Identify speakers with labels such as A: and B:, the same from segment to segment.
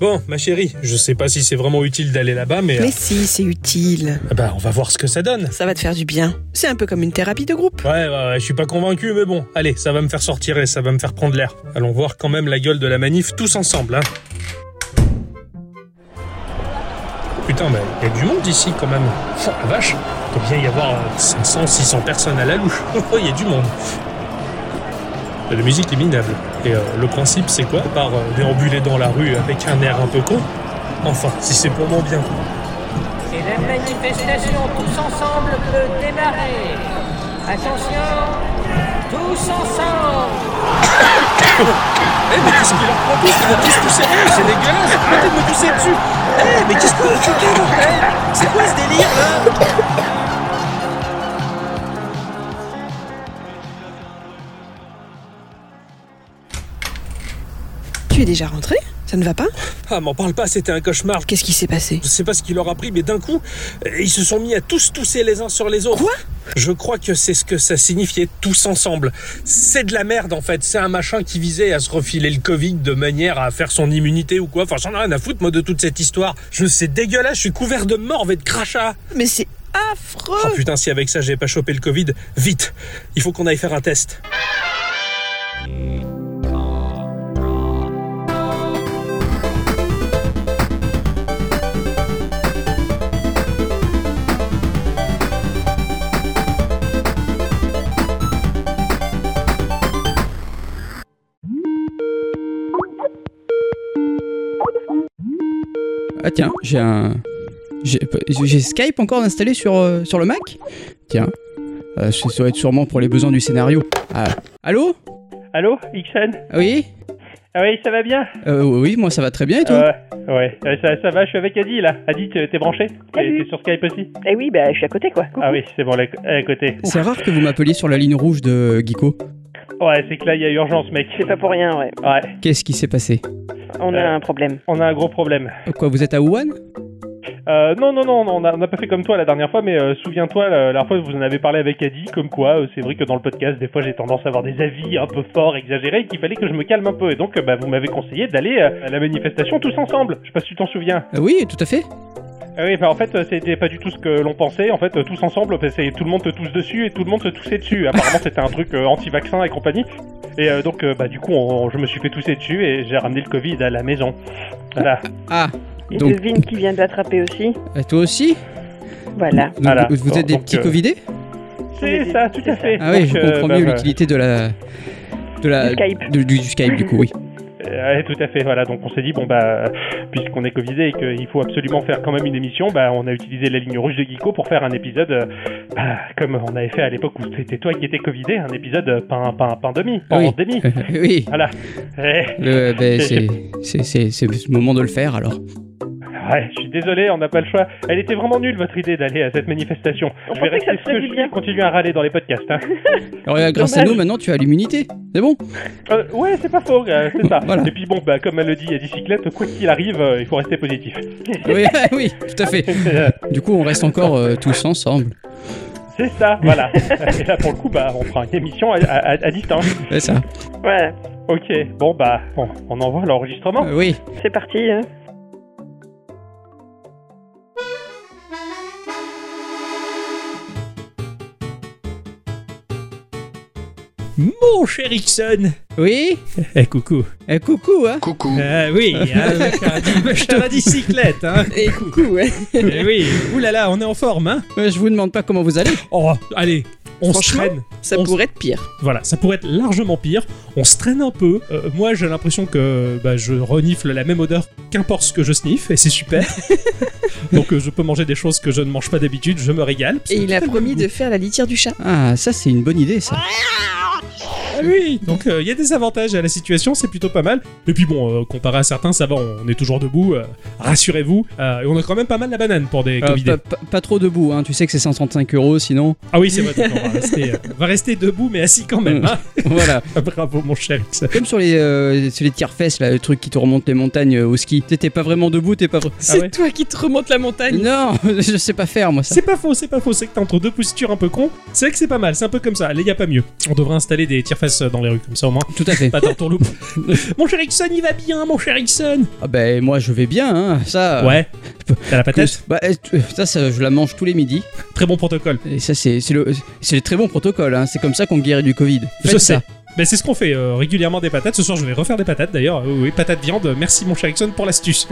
A: Bon, ma chérie, je sais pas si c'est vraiment utile d'aller là-bas, mais,
B: Mais si, c'est utile.
A: euh, bah, on va voir ce que ça donne.
B: Ça va te faire du bien. C'est un peu comme une thérapie de groupe.
A: Ouais, ouais, ouais, je suis pas convaincu, mais bon, allez, ça va me faire sortir et ça va me faire prendre l'air. Allons voir quand même la gueule de la manif tous ensemble, hein. Putain, mais il y a du monde ici quand même. Pff, la vache, il doit bien y avoir euh, 500, 600 personnes à la louche. Oh, Il y a du monde. Euh, La musique est minable. Et euh, le principe, c'est quoi Par euh, déambuler dans la rue avec un air un peu con Enfin, si c'est pour mon bien.
C: Et la manifestation tous ensemble peut démarrer. Attention, tous ensemble.
A: Eh, mais qu'est-ce qu'il leur prend tous Ils vont tous tousser dessus, c'est dégueulasse Arrêtez de me tousser dessus Eh, mais qu'est-ce que vous foutez là Eh, C'est quoi ce délire là
B: Tu es déjà rentré Ça ne va pas
A: Ah, m'en parle pas, c'était un cauchemar
B: Qu'est-ce qui s'est passé
A: Je sais pas ce qu'il leur a pris, mais d'un coup, euh, ils se sont mis à tous tousser les uns sur les autres.
B: Quoi
A: Je crois que c'est ce que ça signifiait, tous ensemble. C'est de la merde en fait, c'est un machin qui visait à se refiler le Covid de manière à faire son immunité ou quoi. Enfin, j'en ai rien à foutre moi de toute cette histoire. Je sais dégueulasse, je suis couvert de morve et de crachats.
B: Mais c'est
A: Oh
B: affreux
A: putain, si avec ça j'ai pas chopé le Covid, vite Il faut qu'on aille faire un test.
D: Ah tiens, j'ai un... J'ai j'ai Skype encore installé sur, euh, sur le Mac Tiens, euh, ce serait sûrement pour les besoins du scénario. Ah, Allô
E: Allô, Ixon
D: Oui
E: Ah oui, ça va bien
D: Euh, Oui, moi ça va très bien et toi
E: Euh, Ouais, euh, ça, ça va, je suis avec Adi là. Adi, t'es t'es branché T'es
F: Salut.
E: t'es sur Skype aussi
F: Eh oui, bah, je suis à côté, quoi.
E: Ah oui, c'est bon, là, à côté.
D: C'est rare que vous m'appeliez sur la ligne rouge de Geeko.
E: Ouais, c'est que là, il y a urgence, mec.
F: C'est pas pour rien, ouais.
E: Ouais,
D: Qu'est-ce qui s'est passé
F: On a
E: Euh.
F: un problème.
E: on a un gros problème.
D: Quoi, vous êtes à Wuhan
E: Euh, non, non, non, on a, on a pas fait comme toi la dernière fois, mais euh, souviens-toi, la, la dernière fois, vous en avez parlé avec Adi, comme quoi, euh, c'est vrai que dans le podcast, des fois, j'ai tendance à avoir des avis un peu forts, exagérés, et qu'il fallait que je me calme un peu. Et donc, euh, bah, vous m'avez conseillé d'aller euh, à la manifestation tous ensemble. Je sais pas si tu t'en souviens.
D: Euh, Oui, tout à fait.
E: Ah oui, bah en fait, euh, c'était pas du tout ce que l'on pensait. En fait, euh, tous ensemble, bah, c'est tout le monde te tousse dessus et tout le monde se toussait dessus. Apparemment, c'était un truc euh, anti-vaccin et compagnie. Et euh, donc, euh, bah du coup, on- je me suis fait tousser dessus et j'ai ramené le Covid à la maison. Voilà.
D: Ah,
F: Et
D: Donc-
F: devine qui vient de l'attraper aussi.
D: euh, toi aussi
F: Voilà.
D: Donc,
E: Voilà.
D: Vous vous êtes des
E: Donc,
D: petits
E: euh,
D: Covidés
E: C'est ça, tout à fait.
D: Ah oui,
E: Donc,
D: je
E: euh,
D: comprends
E: bah,
D: mieux
E: bah,
D: l'utilité de la... De
F: Du
D: la...
F: Skype.
D: de- du, du Skype, du coup, oui.
E: euh, ouais, tout à fait, voilà. Donc, on s'est dit, bon, bah, puisqu'on est Covidé et qu'il faut absolument faire quand même une émission, bah, on a utilisé la ligne rouge de Geeko pour faire un épisode, euh, bah, comme on avait fait à l'époque où c'était toi qui étais Covidé, un épisode euh, pain, pain, pain demi,
D: Ah
E: pain
D: oui.
E: hors demi.
D: oui,
E: Voilà. Eh.
D: euh, ben, c'est c'est- c'est- c'est le moment de le faire, alors.
E: Ouais, je suis désolé, on n'a pas le choix. Elle était vraiment nulle votre idée d'aller à cette manifestation.
F: On
E: je vais
F: pensait que ça
E: rester
F: te
E: ce que
F: ferait du
E: je
F: bien.
E: suis, continuer à râler dans les podcasts. Hein.
D: Alors, euh, grâce à
E: Dommage.
D: nous, maintenant, tu as l'immunité. C'est bon
E: Euh, ouais, c'est pas faux, euh, c'est ça.
D: Voilà.
E: Et puis bon, bah comme elle le dit, à bicyclette, quoi qu'il arrive, euh, il faut rester positif.
D: oui, oui, tout à fait.
E: Euh,
D: Du coup, on reste encore euh, tous ensemble.
E: c'est ça, voilà. Et là pour le coup, bah on prend une émission à, à- à distance.
D: C'est ça.
F: Voilà.
E: Ok, bon bah on, on envoie l'enregistrement.
D: Euh, oui.
F: C'est parti. hein.
G: Mon cher Ixon
D: Oui
G: Eh coucou
D: Eh, Coucou, hein
H: Coucou.
G: Ah Oui, hein, le mec à la- le chat à la bicyclette hein.
B: Et coucou, ouais.
G: Eh oui Ouh là là, on est en forme hein
D: Euh, Je vous demande pas comment vous allez.
G: Oh, allez, on se
B: Franchement
G: traîne
B: Ça
G: On-
B: pourrait être pire.
G: Voilà, ça pourrait être largement pire. On se traîne un peu. Euh, moi, j'ai l'impression que bah, je renifle la même odeur qu'importe ce que je sniffe, et c'est super. Donc euh, je peux manger des choses que je ne mange pas d'habitude, je me régale.
B: Et il a promis de faire la litière du chat.
D: Ah, ça, c'est une bonne idée, ça.
G: Ah oui, donc euh, il y a des avantages à la situation, c'est plutôt pas mal. Et puis bon, euh, comparé à certains, ça va, on est toujours debout, euh, rassurez-vous. Euh, et on a quand même pas mal la banane pour des
D: Euh,
G: Covidés.
D: pas, pas- pas trop debout, hein. Tu sais que c'est 135 euros, sinon.
G: Ah oui, c'est vrai, donc on va rester, euh, on va rester debout, mais assis quand même. hein.
D: Voilà.
G: Bravo, mon cher X.
D: Comme sur les, euh, sur les tire-fesses, là, le truc qui te remonte les montagnes euh, au ski. T'es- T'es pas vraiment debout, t'es pas. vra-
G: Ah
B: C'est
G: ouais.
B: toi qui te remonte la montagne.
D: Non, je sais pas faire, moi, ça.
G: C'est pas faux, c'est pas faux, c'est que t'es entre deux postures un peu con. C'est vrai que c'est pas mal, c'est un peu comme ça. Allez, y a pas mieux. On devrait installer des tire
E: fesses dans les rues, comme ça au moins.
D: Tout à fait.
E: Pas d'entourloupe. mon cher Ixon, il va bien, mon cher Ixon.
D: Ah ben moi je vais bien, hein, ça.
E: Ouais. T'as la
D: que-
E: patate
D: bah, euh, tu- ça, ça, je la mange tous les midis.
E: Très bon protocole.
D: Et ça, c'est c'est le, c'est le très bon protocole. hein. C'est comme ça qu'on guérit du Covid. Faites
E: je
D: ça.
E: sais. Mais c'est ce qu'on fait euh, régulièrement des patates. Ce soir, je vais refaire des patates d'ailleurs. Oui, oui, patates viande. Merci, mon cher Ixon, pour l'astuce.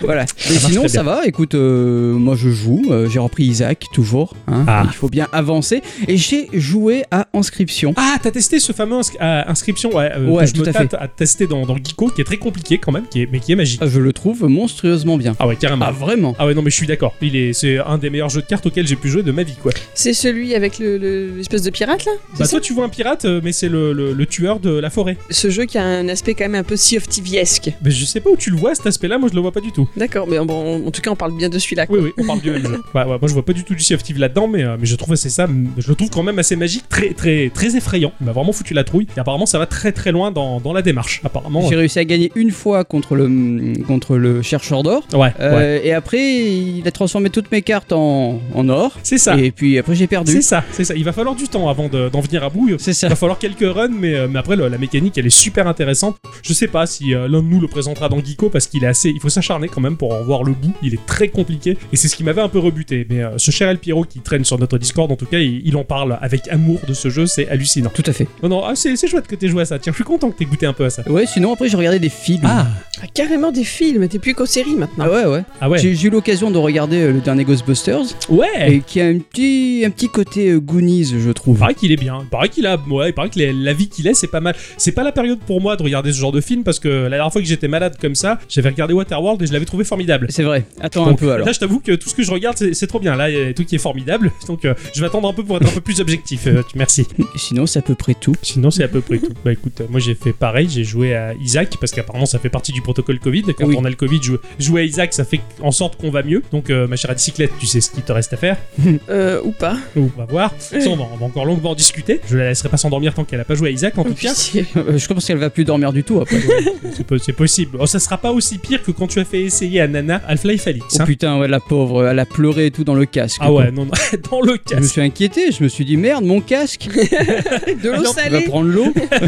D: Voilà. Mais
E: marche
D: sinon,
E: très
D: ça va. Écoute, euh, moi je joue. euh, j'ai repris Isaac, toujours. hein.
E: Ah.
D: Il faut bien avancer. Et j'ai joué à inscription.
E: Ah, t'as testé ce fameux ins- ah, inscription ouais, euh,
D: Ouais,
E: que je
D: tout
E: me
D: à
E: tâte à tester dans, dans Geeko, qui est très compliqué quand même, qui est, mais qui est magique.
D: Ah, Je le trouve monstrueusement bien.
E: Ah ouais, carrément.
D: Ah, vraiment
E: Ah ouais, non, mais je suis d'accord. Il est, c'est un des meilleurs jeux de cartes auxquels j'ai pu jouer de ma vie, quoi.
B: C'est celui avec le- le- l'espèce de pirate là C'est
E: Bah,
B: ça
E: toi, tu vois un pirate, euh, mais c'est le, le- le tueur de la forêt.
B: Ce jeu qui a un aspect quand même un peu Sea of Thieves-esque.
E: Mais je sais pas où tu le vois, cet aspect-là, moi, je le vois pas du tout.
B: D'accord, mais bon, en tout cas, on parle bien de celui-là. quoi.
E: Oui, oui, on parle du même jeu. Bah, Ouais, ouais, moi, je vois pas du tout du Sea of Thieves là-dedans, mais, euh, mais je trouve c'est ça, m- je le trouve quand même assez magique, très, très, très effrayant. Il m'a vraiment foutu la trouille. Et apparemment, ça va très, très loin dans, dans la démarche. Apparemment. euh,
D: J'ai réussi à gagner une fois contre le, contre le chercheur d'or.
E: euh, Ouais, ouais.
D: Euh, Et après, il a transformé toutes mes cartes en, en or.
E: C'est ça.
D: Et puis après, j'ai perdu.
E: C'est ça, c'est ça. Il va falloir du temps avant de- d'en venir à bout.
D: C'est ça.
E: Il va falloir quelques runs, mais, euh, mais après le- la mécanique elle est super intéressante. Je sais pas si euh, l'un de nous le présentera dans Geeko parce qu'il est assez. Il faut s'acharner quand même pour en voir le bout. Il est très compliqué et c'est ce qui m'avait un peu rebuté. Mais euh, ce cher El Piro qui traîne sur notre Discord, en tout cas, il, il en parle avec amour de ce jeu, c'est hallucinant.
D: Tout à fait.
E: Non, non, ah, c'est c'est chouette que t'aies joué à ça. Tiens, je suis content que t'aies goûté un peu à ça.
D: Ouais, sinon après, j'ai regardé des films.
B: Ah, carrément des films, t'es plus qu'aux séries maintenant.
D: Ah ouais, ouais.
E: Ah ouais. Eh.
D: J'ai j'ai eu l'occasion de regarder euh, le dernier Ghostbusters.
E: Ouais.
D: Et qui a un petit, un petit côté euh, Goonies, je
E: Il
D: trouve.
E: paraît qu'il est bien. Il paraît qu'il a. Ouais, il paraît que les- la vie qu'il est, c'est pas mal. C'est pas la période pour moi de regarder ce genre de film parce que la dernière fois que j'étais malade comme ça, j'avais regardé Waterworld et je l'avais trouvé formidable.
D: C'est vrai. Attends un
E: Donc,
D: peu alors.
E: Là, je t'avoue que tout ce que je regarde, c'est c'est trop bien. Là, il y a tout qui est formidable. Donc, euh, je vais attendre un peu pour être un peu plus objectif. Euh, tu- merci.
D: Sinon, c'est à peu près tout.
E: Sinon, c'est à peu près tout. Bah écoute, euh, moi j'ai fait pareil. J'ai joué à Isaac parce qu'apparemment, ça fait partie du protocole Covid. Quand
D: Oui.
E: on a le Covid, jou- jouer à Isaac, ça fait en sorte qu'on va mieux. Donc, euh, ma chère à bicyclette, tu sais ce qu'il te reste à faire.
B: Euh, ou pas.
E: On va voir. Ça, on, va, on va encore longuement en discuter. Je la laisserai pas s'endormir tant qu'elle a pas joué à Isaac en tout cas.
B: Pitié.
D: Euh, Je pense qu'elle va plus dormir du tout après.
E: C'est po- c'est possible. Oh, ça sera pas aussi pire que quand tu as fait essayer à Nana Half-Life Alix.
D: Oh
E: hein.
D: putain, ouais, la pauvre, euh, elle a pleuré et tout dans le casque.
E: Ah ouais, non, non. dans le
D: Je me
E: casque.
D: suis inquiété, je me suis dit merde, mon casque,
B: De l'eau
D: il va
B: salée.
D: prendre l'eau. Euh,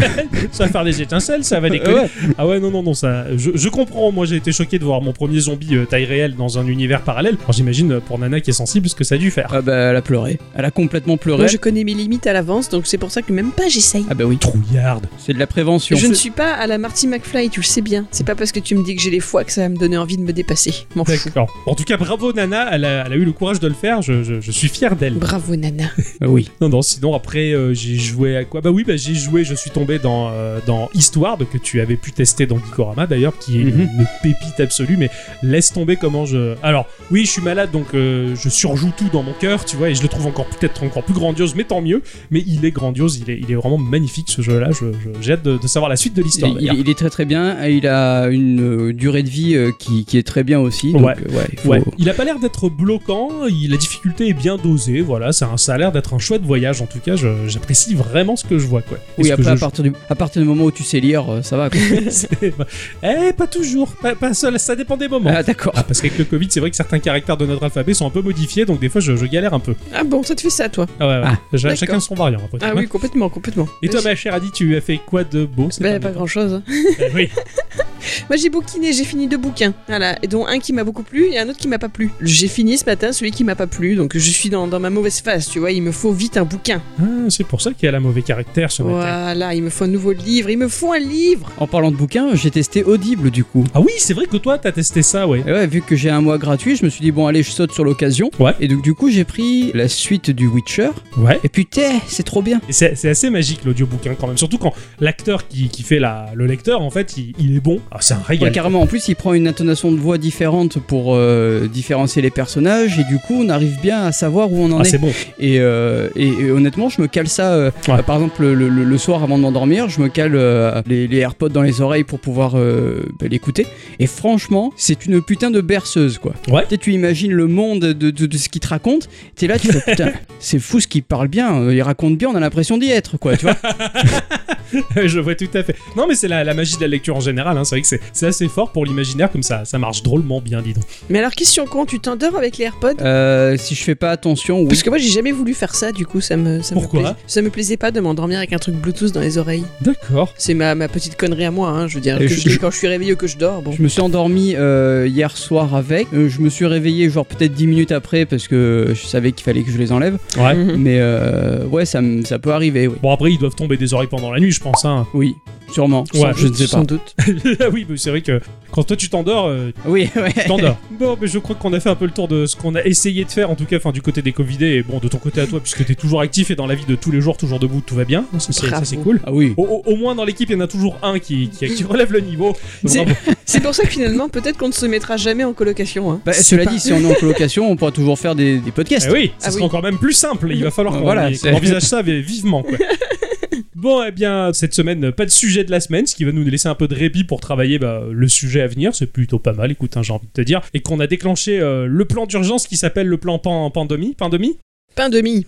E: Ça va faire des étincelles, ça va décoller.
D: Ouais.
E: Ah ouais, non, non, non, ça. Je, je comprends. Moi, j'ai été choqué de voir mon premier zombie euh, taille réelle dans un univers parallèle. Alors, j'imagine euh, pour Nana qui est sensible ce que ça a dû faire.
D: Ah bah, elle a pleuré. Elle a complètement pleuré.
B: Moi, je connais mes limites à l'avance, donc c'est pour ça que même pas j'essaye.
D: Ah bah oui,
E: Trouillarde.
D: c'est de la prévention.
B: Je ne suis pas à la Marty McFly, tu le sais bien. C'est pas parce que tu me dis que j'ai les foies que ça va me donner envie de me dépasser. M'en fous.
E: D'accord. En tout cas, bravo Nana, elle a, elle a eu le courage de le faire. Je, je- je suis fier d'elle.
B: Bravo, Nana.
D: Ah Oui.
E: Non, non, sinon après, euh, j'ai joué à quoi Bah oui, bah, j'ai joué, je suis tombé dans, euh, dans Eastward, que tu avais pu tester dans Gikorama d'ailleurs, qui est une,
D: Mhm.
E: une pépite absolue, mais laisse tomber comment je. Alors, oui, je suis malade, donc euh, je surjoue tout dans mon cœur, tu vois, et je le trouve encore peut-être encore plus grandiose, mais tant mieux. Mais il est grandiose, il est, il est vraiment magnifique ce jeu-là, je, je- j'ai hâte de, de savoir la suite de l'histoire.
D: Il,
E: d'ailleurs.
D: il- il est très très bien, et il a une euh, durée de vie euh, qui, qui est très bien aussi. Donc,
E: Ouais.
D: euh, ouais, il faut-
E: Ouais, il a pas l'air d'être bloquant, il- la difficulté est bien dosée, voilà, ça, a- ça a l'air d'être un chouette voyage en tout cas, je- j'apprécie vraiment ce que je vois quoi. Et
D: Oui,
E: ce que
D: après, à
E: je-
D: partir, du, à partir du moment où tu sais lire, euh, ça va. quoi.
E: C'est- eh, pas toujours. Pas, pas seul, ça dépend des moments.
D: Ah, d'accord.
E: Ah, parce qu'avec le Covid, c'est vrai que certains caractères de notre alphabet sont un peu modifiés, donc des fois je, je galère un peu.
B: Ah bon, ça te fait ça, toi
E: Ah ouais, ouais.
D: Ah,
E: Ch-
B: d'accord.
E: chacun son variant. après.
B: Ah oui, complètement, complètement.
E: Et toi,
B: Vas-y.
E: ma chère Adi, tu as fait quoi de beau ces
B: Bah,
E: derniers
B: pas
E: temps
B: grand chose.
E: Eh Oui,
B: Moi j'ai bouquiné, j'ai fini deux bouquins, voilà, et dont un qui m'a beaucoup plu et un autre qui m'a pas plu. J'ai fini ce matin celui qui m'a pas plu, donc je suis dans, dans ma mauvaise phase, tu vois, il me faut vite un bouquin.
E: Ah, c'est pour ça qu'il a la mauvais caractère ce matin.
B: Voilà, il me faut un nouveau livre, il me faut un livre
D: En parlant de bouquins, j'ai testé Audible du coup.
E: Ah oui, c'est vrai que toi, t'as testé ça, ouais.
D: Et ouais, vu que j'ai un mois gratuit, je me suis dit bon allez, je saute sur l'occasion.
E: Ouais.
D: Et donc du coup, j'ai pris la suite du Witcher.
E: Ouais.
D: Et putain, c'est trop bien.
E: Et c'est c'est assez magique l'audiobouquin quand même, surtout quand l'acteur qui, qui fait la, le lecteur, en fait, il, il est bon. Ah, c'est un
D: Ouais,
E: régal.
D: carrément. En plus, il prend une intonation de voix différente pour euh, différencier les personnages et du coup, on arrive bien à savoir où on en
E: Ah,
D: est.
E: c'est bon.
D: Et, euh, et- et honnêtement, je me cale ça. euh,
E: Ouais.
D: euh, par exemple, le, le- le soir avant de m'endormir, je me cale euh, les, les AirPods dans les oreilles pour pouvoir euh, bah, l'écouter. Et franchement, c'est une putain de berceuse, quoi.
E: Ouais.
D: Peut-être tu imagines le monde de, de- de ce qu'il te raconte. T'es là, tu fais putain, c'est fou ce qu'il parle bien. euh, Il raconte bien, on a l'impression d'y être, quoi. Tu vois
E: je vois tout à fait. Non, mais c'est la, la magie de la lecture en général. hein. C'est vrai que c'est c'est assez fort pour l'imaginaire comme ça. Ça marche drôlement bien, dis donc.
B: Mais alors, question con, tu t'endors avec les AirPods
D: Euh, si je fais pas attention, oui.
B: Parce que moi, j'ai jamais voulu faire ça, du coup, ça me, ça me
E: Pourquoi
B: plaisait- ça me plaisait pas de m'endormir avec un truc Bluetooth dans les oreilles.
E: D'accord.
B: C'est ma, ma petite connerie à moi, hein, je veux dire.
D: Et
B: que
D: je-
B: je dis
D: je-
B: quand je suis réveillé ou que je dors, bon.
D: Je me suis endormi euh, hier soir avec. Euh, je me suis réveillé genre peut-être 10 minutes après parce que je savais qu'il fallait que je les enlève.
E: Ouais.
B: Mhm.
D: Mais euh, ouais, ça, me- ça peut arriver, oui.
E: Bon après ils doivent tomber des oreilles pendant la nuit je pense hein.
D: Oui, sûrement.
E: Ouais.
D: Sans- je ne sais
B: Sans
D: pas.
B: doute.
E: Ah oui mais c'est vrai que quand toi tu t'endors euh,
D: Oui, ouais.
E: tu t'endors. bon mais je crois qu'on a fait un peu le tour de ce qu'on a essayé de faire en tout cas enfin du côté des Covidés et bon de ton côté à toi puisque t'es toujours actif et dans la vie de tous les jours toujours debout tout va bien ça c'est ça, c'est
B: Bravo.
E: cool.
D: Ah oui.
E: Au, au- au moins dans l'équipe il y en a toujours un qui, qui, qui relève le niveau.
B: C'est-
E: Bravo.
B: C'est pour ça que finalement, peut-être qu'on ne se mettra jamais en colocation. Hein.
D: Bah,
B: C'est
D: cela
B: pas-
D: dit, si on est en colocation, on pourra toujours faire des, des podcasts.
E: Eh oui, ça
B: Ah
E: sera
B: oui.
E: encore même plus simple. Il va falloir qu'on
D: Voilà,
E: qu'on
D: c'est-
E: envisage ça vi- vivement. Quoi. bon, eh bien, cette semaine, pas de sujet de la semaine, ce qui va nous laisser un peu de répit pour travailler bah, le sujet à venir. C'est plutôt pas mal, écoute, hein, j'ai envie de te dire. Et qu'on a déclenché euh, le plan d'urgence qui s'appelle le plan pan pandémie. Pandémie
B: Pain de mie.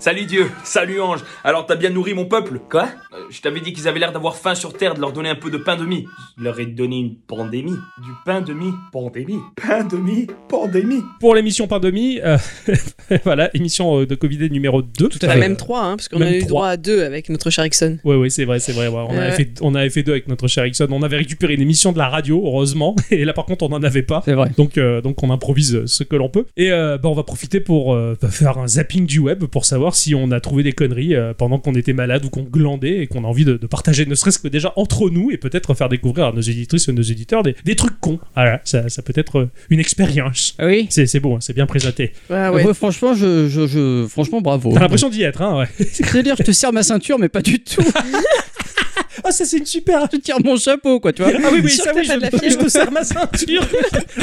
I: Salut Dieu, salut ange. Alors t'as bien nourri mon peuple Quoi Euh, Je t'avais dit qu'ils avaient l'air d'avoir faim sur Terre, de leur donner un peu de pain de mie. Je leur ai donné une pandémie. Du pain de mie. Pandémie. Pain de mie. Pandémie.
E: Pour l'émission pandémie, euh, voilà, émission euh, de Covid numéro 2. Tout
D: à
B: Enfin,
D: fait.
B: même trois, hein, parce qu'on
E: Même
B: a eu
E: trois.
B: droit à deux avec notre cher Ixon.
E: Ouais, ouais, c'est vrai, c'est vrai. ouais. On, avait
B: Euh.
E: fait, on avait fait deux avec notre cher Ixon. On avait récupéré une émission de la radio, heureusement. Et là, par contre, on n'en avait pas.
D: C'est vrai.
E: Donc, euh, donc on improvise euh, ce que l'on peut. Et euh, bah, on va profiter pour euh, bah, faire un zapping du web pour savoir si on a trouvé des conneries euh, pendant qu'on était malade ou qu'on glandait et qu'on a envie de, de partager, ne serait-ce que déjà entre nous et peut-être faire découvrir à nos éditrices et nos éditeurs des, des trucs cons. Voilà, ça, ça peut être euh, une expérience.
D: Ah oui.
E: C'est c'est beau, hein, c'est bien présenté.
B: Ah ouais.
D: Bah, Ouais, franchement, je, je, je- franchement, bravo.
E: T'as l'impression d'y être, hein ouais.
D: C'est-à-dire, je te serre ma ceinture, mais pas du tout.
E: Ah, ça c'est une super.
D: je tire mon chapeau, quoi, tu vois.
E: Ah oui, oui,
B: Sûr
E: ça
B: que
E: oui,
B: t'as
E: je,
B: pas de la fièvre.
E: je te serre ma ceinture.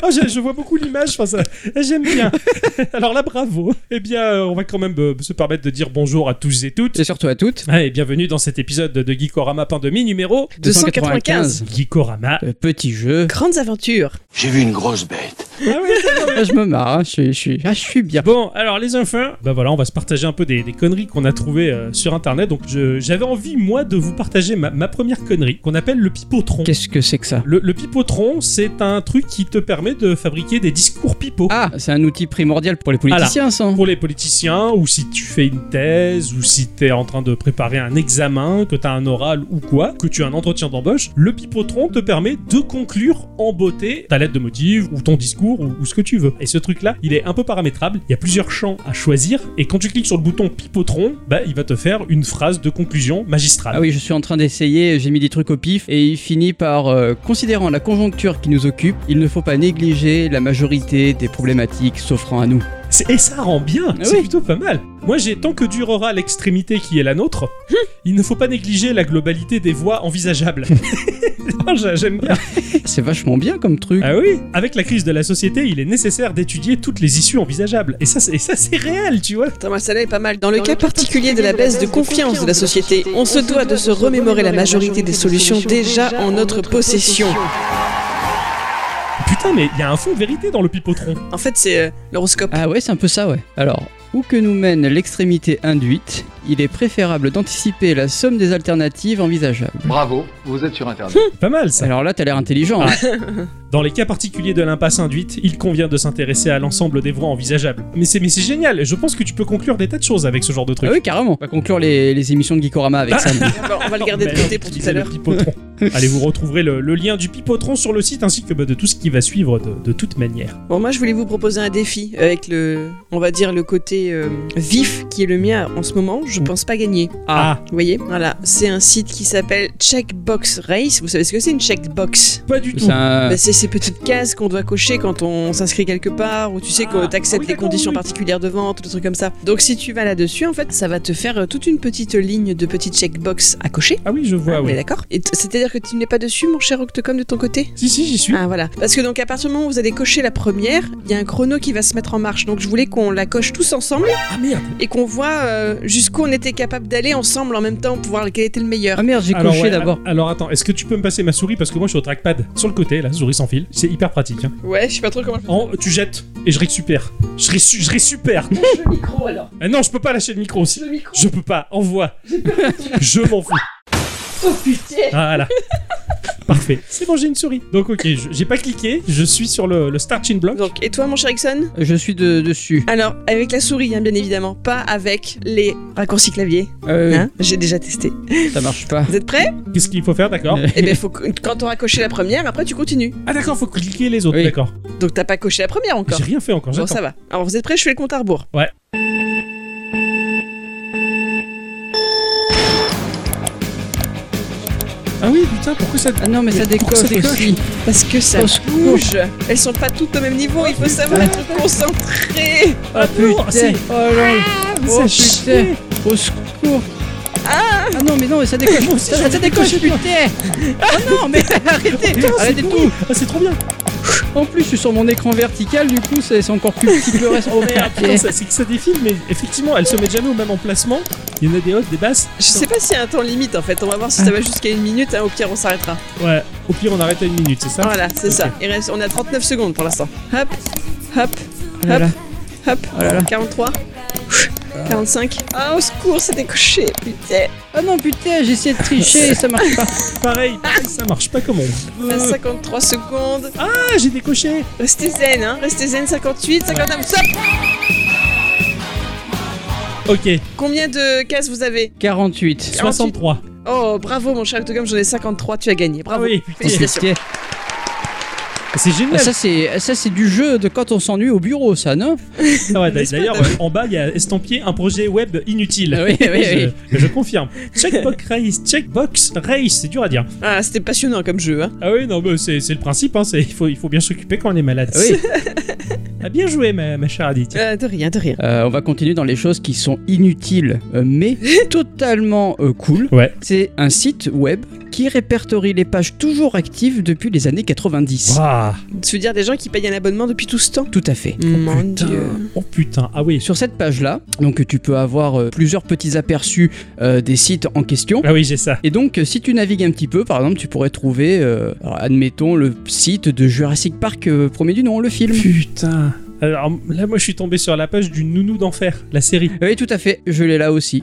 E: Ah, je, je vois beaucoup l'image, enfin, ça- j'aime bien. Alors là, bravo. Eh bien, euh, on va quand même euh, se permettre de dire bonjour à tous et toutes.
D: Et surtout à toutes.
E: Ah, et bienvenue dans cet épisode de Geekorama Pain Demi numéro
B: 295.
E: Geekorama.
D: Euh, petit jeu.
B: Grandes aventures.
H: J'ai vu une grosse bête.
D: Ah, je me marre, hein, je, suis- je suis, ah, je suis bien.
E: Bon, alors les enfants, bah voilà, on va se partager un peu des, des conneries qu'on a trouvées euh, sur internet. Donc je- j'avais envie, moi, de vous partager ma, ma première connerie, qu'on appelle le pipotron.
D: Qu'est-ce que c'est que ça
E: Le, le pipotron, c'est un truc qui te permet de fabriquer des discours pipots.
D: Ah, c'est un outil primordial pour les politiciens, ça. hein.
E: Pour les politiciens, ou si tu fais une thèse, ou si t'es en train de préparer un examen, que t'as un oral ou quoi, que tu as un entretien d'embauche, le pipotron te permet de conclure en beauté ta lettre de motive, ou ton discours, ou, ou ce que tu veux. Et ce truc-là, il est un peu paramétrable, il y a plusieurs champs à choisir, et quand tu cliques sur le bouton pipotron, bah, il va te faire une phrase de conclusion magistrale.
D: Ah oui, je suis en train d'essayer, j'ai mis des trucs au pif et il finit par euh, considérant la conjoncture qui nous occupe, il ne faut pas négliger la majorité des problématiques s'offrant à nous.
E: C'est- Et ça rend bien,
D: Ah
E: c'est
D: oui.
E: plutôt pas mal. Moi j'ai tant que durera l'extrémité qui est la nôtre,
D: Hum.
E: il ne faut pas négliger la globalité des voies envisageables. Ah, j'a- J'aime bien.
D: C'est vachement bien comme truc.
E: Ah oui Avec la crise de la société, il est nécessaire d'étudier toutes les issues envisageables. Et ça, c'est, et ça, c'est réel, tu vois
B: Attends, moi, celle-là est pas mal. Dans le cas particulier de la baisse de confiance de la société, on se doit de se remémorer la majorité des solutions déjà en notre possession.
E: Putain, mais il y a un fond de vérité dans le pipotron.
B: En fait, c'est euh, l'horoscope.
D: Ah ouais, c'est un peu ça, ouais. Alors, où que nous mène l'extrémité induite, il est préférable d'anticiper la somme des alternatives envisageables.
H: Bravo, vous êtes sur Internet.
E: Pas mal, ça. Ah,
D: Alors là, t'as l'air intelligent. hein.
E: Dans les cas particuliers de l'impasse induite, il convient de s'intéresser à l'ensemble des voies envisageables. Mais c'est, mais c'est génial, je pense que tu peux conclure des tas de choses avec ce genre de
D: Ah
E: truc.
D: oui, carrément. On va conclure les, les émissions de Geekorama avec ça.
B: Bon, Ah on va le garder de
E: Merde,
B: côté pour tout à
E: utilisez le
B: l'heure.
E: Pipotron. Allez, vous retrouverez le, le lien du pipotron sur le site ainsi que bah, de tout ce qui va suivre de, de toute manière.
B: Bon, moi, je voulais vous proposer un défi avec le, on va dire, le côté euh, vif qui est le mien en ce moment.
E: Mm.
B: Je pense pas gagner.
E: Ah.
B: Vous voyez Voilà. C'est un site qui s'appelle Checkbox Race. Vous savez ce que c'est une checkbox
E: Pas du tout.
D: C'est un-
B: Bah, c'est ces petites cases qu'on doit cocher quand on s'inscrit quelque part, ou tu sais que
E: Ah,
B: t'acceptes
E: oui,
B: les
E: d'accord,
B: conditions
E: oui.
B: particulières de vente, des trucs comme ça. Donc si tu vas là-dessus, en fait, ça va te faire euh, toute une petite ligne de petites checkbox à cocher.
E: Ah oui, je vois,
B: On est
E: oui.
B: d'accord Et t- C'est-à-dire que tu n'es pas dessus, mon cher Octocom, de ton côté
E: Si, si, j'y suis.
B: ah voilà, parce que donc à partir du moment où vous allez cocher la première, il y a un chrono qui va se mettre en marche. Donc je voulais qu'on la coche tous ensemble
E: Ah merde.
B: et qu'on voit euh, jusqu'où on était capable d'aller ensemble en même temps pour voir lequel était le meilleur.
D: Ah merde, j'ai
E: Alors,
D: coché
E: ouais,
D: d'abord.
E: a- Alors attends, est-ce que tu peux me passer ma souris parce que moi je suis au trackpad sur le côté là, souris sans fil, c'est hyper pratique. hein.
B: Ouais, je sais pas trop comment.
E: En- tu jettes et je récupère. Je, ré- je récupère. le micro alors. non, je peux pas lâcher le micro aussi. Je peux pas. Envoie. je m'en fous. Oh putain. Voilà. Parfait. C'est bon, j'ai une souris. Donc, ok, je- j'ai pas cliqué, je suis sur le, le starting block.
B: Donc, et toi, mon cher Ixon
D: Je suis de- dessus.
B: Alors, avec la souris, hein, bien évidemment, pas avec les raccourcis clavier.
D: Euh,
B: hein, J'ai déjà testé.
D: Ça marche pas.
B: Vous êtes prêts
E: Qu'est-ce qu'il faut faire, d'accord
B: Eh ben, faut que- quand t'auras coché la première, après tu continues.
E: Ah, d'accord, faut cliquer les autres,
D: Euh. Oui.
E: d'accord.
B: Donc t'as pas coché la première encore.
E: J'ai rien fait encore,
B: Bon,
E: j'attends.
B: ça va. Alors, vous êtes prêts Je fais le compte à rebours.
E: Ouais. Ah oui, putain, pourquoi ça.
D: Ah non, mais ça décoche,
E: ça décoche
D: aussi.
B: Parce que ça bouge. Elles sont pas toutes au même niveau. Il faut savoir être concentré.
E: Ah, non,
D: Putain.
E: c'est-
D: Oh non. Oh putain. Au secours. Ah, non, mais non, mais ça décoche.
E: Moi aussi, j'ai
D: ça,
E: envie
D: ça
E: de
D: décoche,
E: décocher, moi.
D: putain. Ah non, mais arrêtez.
E: Putain, c'est
D: arrêtez
E: pourri.
D: tout.
E: Ah, c'est trop bien!
D: En plus, je suis sur mon écran vertical, du coup, c'est c'est encore plus petit que le reste. Oh merde.
E: Putain, ça- c'est que ça défile, mais effectivement, elle se met jamais au même emplacement. Il y en a des hautes, des basses.
B: Je sais pas s'il y a un temps limite en fait. On va voir si ça va jusqu'à une minute. hein. Au pire, on s'arrêtera.
E: Ouais, au pire, on arrête à une minute, c'est
D: Ah.
E: ça?
B: Voilà, c'est ça. Il reste, on a 39 secondes pour l'instant. Hop, hop,
D: Oh là là.
B: hop.
D: Oh là là.
B: 43. 45. Ah, au secours, c'était coché, putain.
D: Ah non, putain, j'ai essayé de tricher et ça marche pas.
E: Pareil, pareil, ça marche pas comme on
D: Ah.
E: veut.
B: 53 secondes.
E: Ah, j'ai décoché!
B: Restez zen, hein. Restez zen, 58, 59. Stop
E: Ok,
B: Combien de cases vous avez
D: 48.
E: 63.
B: Oh, bravo, mon cher Octogame, j'en ai 53, tu as gagné. Bravo.
E: oui, putain.
B: Félicitations.
D: Putain.
E: C'est
D: Ah,
E: génial!
D: ça c'est ça c'est du jeu de quand on s'ennuie au bureau ça non
E: Ah ouais,
B: N'est-ce pas,
E: D'ailleurs,
B: Damien
E: euh, en bas, il y a estampillé un projet web inutile.
D: Ah oui, oui,
E: je,
D: oui.
E: je confirme. Checkbox Race, Checkbox Race, c'est dur à dire.
B: Ah, c'était passionnant comme jeu, hein.
E: Ah oui, non, mais c'est c'est le principe, hein, c'est- il, faut, il faut bien s'occuper quand on est malade.
D: Oui.
E: Ah, bien joué, ma, ma chère Adi. tiens.
B: Euh, de rien, de rien.
D: Euh, on va continuer dans les choses qui sont inutiles euh, mais totalement euh, cool.
E: Ouais.
D: C'est un site web qui répertorie les pages toujours actives depuis les années 90.
E: Ah,
B: Tu veux dire des gens qui payent un abonnement depuis tout ce temps
D: Tout à fait. Mmh.
B: Mon
E: putain.
B: dieu.
E: Oh putain, ah oui.
D: Sur cette page-là, donc tu peux avoir euh, plusieurs petits aperçus euh, des sites en question.
E: Ah oui, j'ai ça.
D: Et donc, euh, si tu navigues un petit peu, par exemple, tu pourrais trouver, euh, alors, admettons, le site de Jurassic Park, euh, premier du nom, le film.
E: Putain. Alors là, moi, je suis tombé sur la page du Nounou d'enfer, la série.
D: Oui, tout à fait, je l'ai là aussi.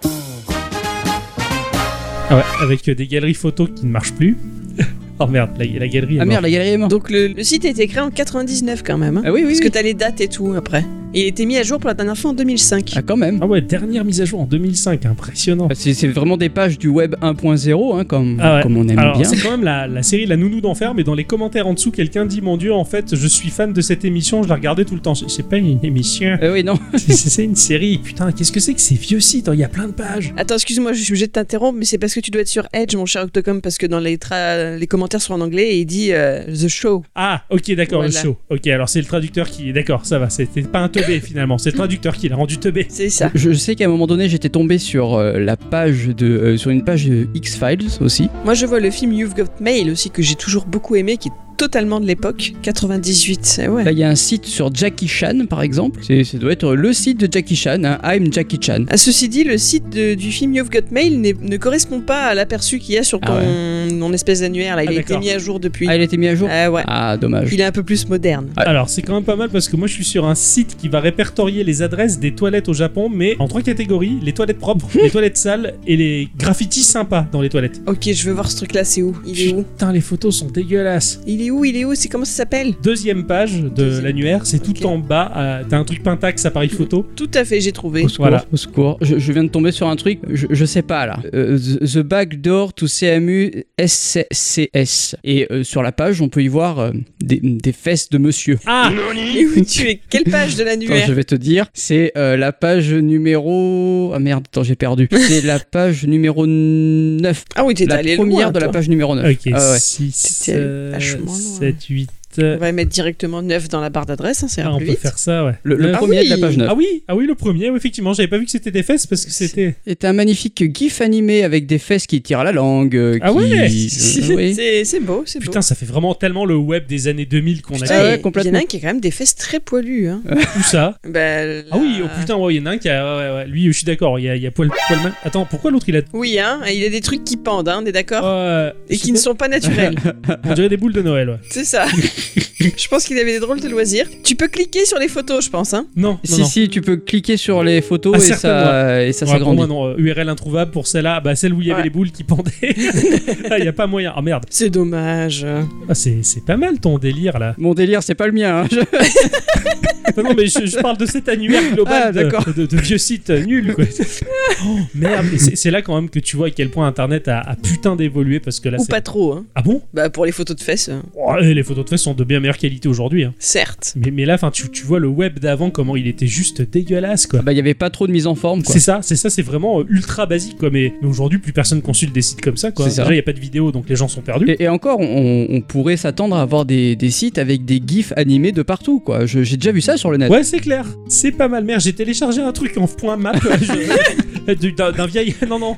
E: Ah ouais, avec euh, des galeries photos qui ne marchent plus. oh merde, la, la galerie. elle
D: Ah merde, la galerie est morte.
B: Donc le, le site a été créé en 99 quand même. Hein.
D: Ah oui, oui,
B: Parce que
D: oui.
B: t'as les dates et tout après. Il a été mis à jour pour la dernière fois en 2005.
D: Ah, quand même.
E: Ah ouais, dernière mise à jour en 2005, impressionnant.
D: Ah, C'est c'est vraiment des pages du web 1.0, hein, comme,
E: Ah ouais.
D: comme on aime
E: Alors,
D: bien.
E: c'est quand même la, la série La Nounou d'enfer, mais dans les commentaires en dessous, quelqu'un dit Mon Dieu, en fait, je suis fan de cette émission, je la regardais tout le temps. C'est- C'est pas une émission,
D: Ah oui, non.
E: c'est- c'est une série. Putain, qu'est-ce que c'est que ces vieux sites hein Il y a plein de pages.
B: Attends, excuse-moi, je suis obligé de t'interrompre, mais c'est parce que tu dois être sur Edge, mon cher Octocom, parce que dans les, tra- les commentaires sont en anglais et il dit euh, The Show.
E: Ah, ok, d'accord,
B: Voilà.
E: le show. Ok, alors c'est le traducteur qui. D'accord, ça va, c'était pas un teubé finalement, c'est le traducteur qui l'a rendu teubé.
B: C'est ça.
D: Je sais qu'à un moment donné, j'étais tombé sur euh, la page de, euh, sur une page de X Files aussi.
B: Moi, je vois le film You've Got Mail aussi, que j'ai toujours beaucoup aimé, qui est totalement de l'époque, 98. eh ouais.
D: Là, il y a un site sur Jackie Chan, par exemple. C'est, ça doit être le site de Jackie Chan. hein, I'm Jackie Chan.
B: Ah, Ceci dit, le site de- du film You've Got Mail n'est- ne correspond pas à l'aperçu qu'il y a sur ton,
D: Ah
B: ton espèce d'annuaire. Là, il
E: Ah,
B: a été
E: d'accord.
B: mis à jour depuis.
D: Ah, il a été mis à jour.
B: Ah ouais.
D: Ah, dommage.
B: Il est un peu plus moderne.
D: Ouais.
E: Alors, c'est quand même pas mal parce que moi je suis sur un site qui va répertorier les adresses des toilettes au Japon, mais en trois catégories les toilettes propres, les toilettes sales et les graffitis sympas dans les toilettes.
B: Ok, je veux voir ce truc-là, c'est où Il est où
E: Putain, les photos sont dégueulasses.
B: Il est où Il est où C'est comment ça s'appelle
E: Deuxième page de
B: Deuxième.
E: l'annuaire, c'est tout
B: Ok.
E: en bas. euh, T'as un truc Pentax appareil photo.
B: Tout à fait, j'ai trouvé.
D: Au secours,
E: Voilà.
D: au secours. Je, je viens de tomber sur un truc, je, je sais pas là. Euh, the the Backdoor to CMU SCS. Et euh, sur la page, on peut y voir euh, des, des fesses de monsieur.
E: Ah
B: Il est où tu es Quelle page de
D: Attends,
B: l'annuaire
D: je vais te dire, c'est euh, la page numéro. Ah merde, attends, j'ai perdu. C'est la page numéro 9.
B: Ah oui, t'es
D: La
B: allé
D: première
B: loin,
D: de la
B: toi.
D: page numéro 9.
E: Ok, euh,
D: Ah ouais.
E: 6,
B: C'était vachement loin.
E: 7, 8.
B: On va mettre directement 9 dans la barre d'adresse, hein, ça ira
E: Ah,
D: Ah,
E: on
B: plus
E: peut
B: vite.
E: faire ça, ouais.
D: Le, le
E: Ah
D: premier de la
B: oui.
D: page 9.
E: Ah oui, ah oui, le premier, oui, effectivement. J'avais pas vu que c'était des fesses parce que c'était.
D: C'est un magnifique gif animé avec des fesses qui tirent à la langue. euh,
E: Ah
D: qui-
E: ouais
D: Euh, oui.
B: C'est c'est beau, c'est beau.
E: Putain, ça fait vraiment tellement le web des années 2000 qu'on
B: Putain,
D: Ah
E: a
D: ouais,
B: et Il y en
D: complètement.
B: a
D: Euh.
B: un qui a quand même des fesses très poilues. Hein.
E: tout ça.
B: Bah, là-
E: Ah oui, oh putain, ouais, il y en a un qui a. ouais, ouais, ouais. Lui, je suis d'accord, il y a, il y a poil, poil mal- Attends, pourquoi l'autre il a.
B: Oui, hein, et il y a des trucs qui
D: Ah.
B: pendent, hein, on est d'accord
D: Oh,
E: Ouais,
B: Et
E: je
B: qui ne
E: sais
B: sont pas naturels.
E: pas, On dirait des boules de Noël, ouais.
B: c'est ça. Je pense qu'il avait des drôles de loisirs. Tu peux cliquer sur les photos, je pense. Hein.
E: Non, non,
D: Si,
E: non.
D: si, tu peux cliquer sur les photos
E: Ah,
D: et, ça, et ça
E: Ouais, pour
D: s'agrandit.
E: moi, non, euh, URL introuvable pour celle-là, Ah, bah celle où il y avait
B: Ouais.
E: les boules qui pendaient. Là, il n'y a pas moyen. Ah merde,
B: C'est dommage.
E: Ah, c'est c'est pas mal ton délire là. Ah,
D: Mon délire, c'est pas le mien. hein. Je-
E: Non, non, mais je, je parle de cet annuaire global
D: Ah,
E: de-
D: d'accord.
E: de, de vieux sites euh, nuls. Quoi. Oh, merde, Et c'est c'est là quand même que tu vois à quel point Internet a, a putain d'évolué parce que là.
B: Ou
E: c'est-
B: pas trop. Hein.
E: Ah bon
B: Bah, pour les photos de fesses, euh,
E: Oh, et Les photos de fesses sont de bien meilleure qualité aujourd'hui. hein.
B: certes.
E: Mais, mais là, enfin, tu, tu vois le web d'avant comment il était juste dégueulasse quoi.
D: Ah Bah, il y avait pas trop de mise en forme, quoi.
E: C'est ça, c'est ça, c'est vraiment euh, ultra basique quoi. Mais, mais aujourd'hui, plus personne consulte des sites comme ça quoi.
D: C'est ça.
E: Déjà, il n'y a pas de vidéo donc les gens sont perdus.
D: Et, et encore, on, on pourrait s'attendre à avoir des, des sites avec des gifs animés de partout, quoi. Je- J'ai déjà vu ça sur le net.
E: Ouais, c'est clair. C'est pas mal. Merde, j'ai téléchargé un truc en point map je- du- d'un d'un vieil. Non, non.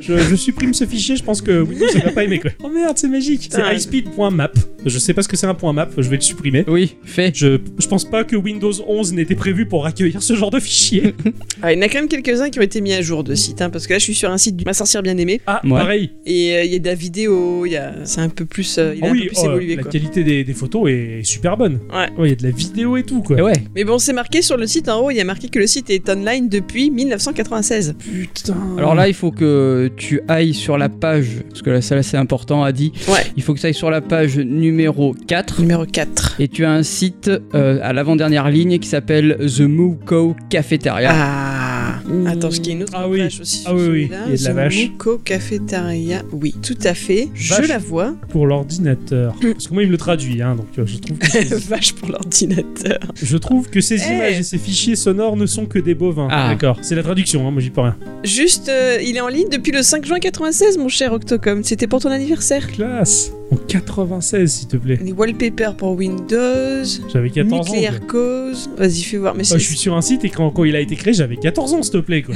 E: Je, je supprime ce fichier. Je pense que Windows ne va pas aimer quoi. Oh merde, c'est magique. C'est
B: Putain.
E: highspeed.map. Je sais pas ce que c'est un point map. Je vais le supprimer.
D: Oui, fait.
E: Je, je pense pas que Windows 11 n'était prévu pour accueillir ce genre de fichier.
B: Ah, il y en a quand même quelques-uns qui ont été mis à jour de sites. Hein, parce que là, je suis sur un site du Ma sorcière bien aimée.
E: Ah,
D: Ouais.
E: pareil.
B: Et euh, il y a de la vidéo. il y a... C'est un peu plus. euh, il a
E: Ah
B: un
E: oui,
B: peu plus
E: oh,
B: évolué,
E: la
B: quoi.
E: qualité des, des photos est super bonne.
B: Ouais.
E: Il y a de la vidéo et tout quoi.
D: Et ouais.
B: Mais bon, c'est marqué sur le site en haut. Il y a marqué que le site est online depuis 1996.
E: Putain.
D: Alors là, il faut que tu ailles sur la page, parce que là, ça là, c'est important, a dit.
B: Ouais.
D: Il faut que tu ailles sur la page numéro 4.
B: Numéro 4.
D: Et tu as un site euh, à l'avant-dernière ligne qui s'appelle The Moo Co Cafeteria.
B: Ah Attends, je qu'il y a une autre
E: Ah oui.
B: vache aussi.
E: Ah oui, oui.
B: celui-là.
E: Il y a de la
B: The
E: vache.
B: Muco Cafetaria. Oui, tout à fait. Je
E: Vache.
B: la vois.
E: Pour l'ordinateur. Parce que moi, il me le traduit. Hein, donc euh, je trouve que c'est-
B: vache pour l'ordinateur.
E: Je trouve que ces
B: Eh.
E: images et ces fichiers sonores ne sont que des bovins.
D: Ah.
E: D'accord. C'est la traduction, hein, moi j'y peux rien.
B: Juste, euh, il est en ligne depuis le 5 juin 96, mon cher Octocom. C'était pour ton anniversaire.
E: Classe En 96, s'il te plaît.
B: Les wallpapers pour Windows,
E: J'avais 14 ans.
B: Nuclear
E: quoi.
B: Cause. Vas-y, fais voir. Mais
E: Ah,
B: c'est
E: je suis sur un site et quand, quand il a été créé, j'avais 14 ans, s'il te plaît. Quoi.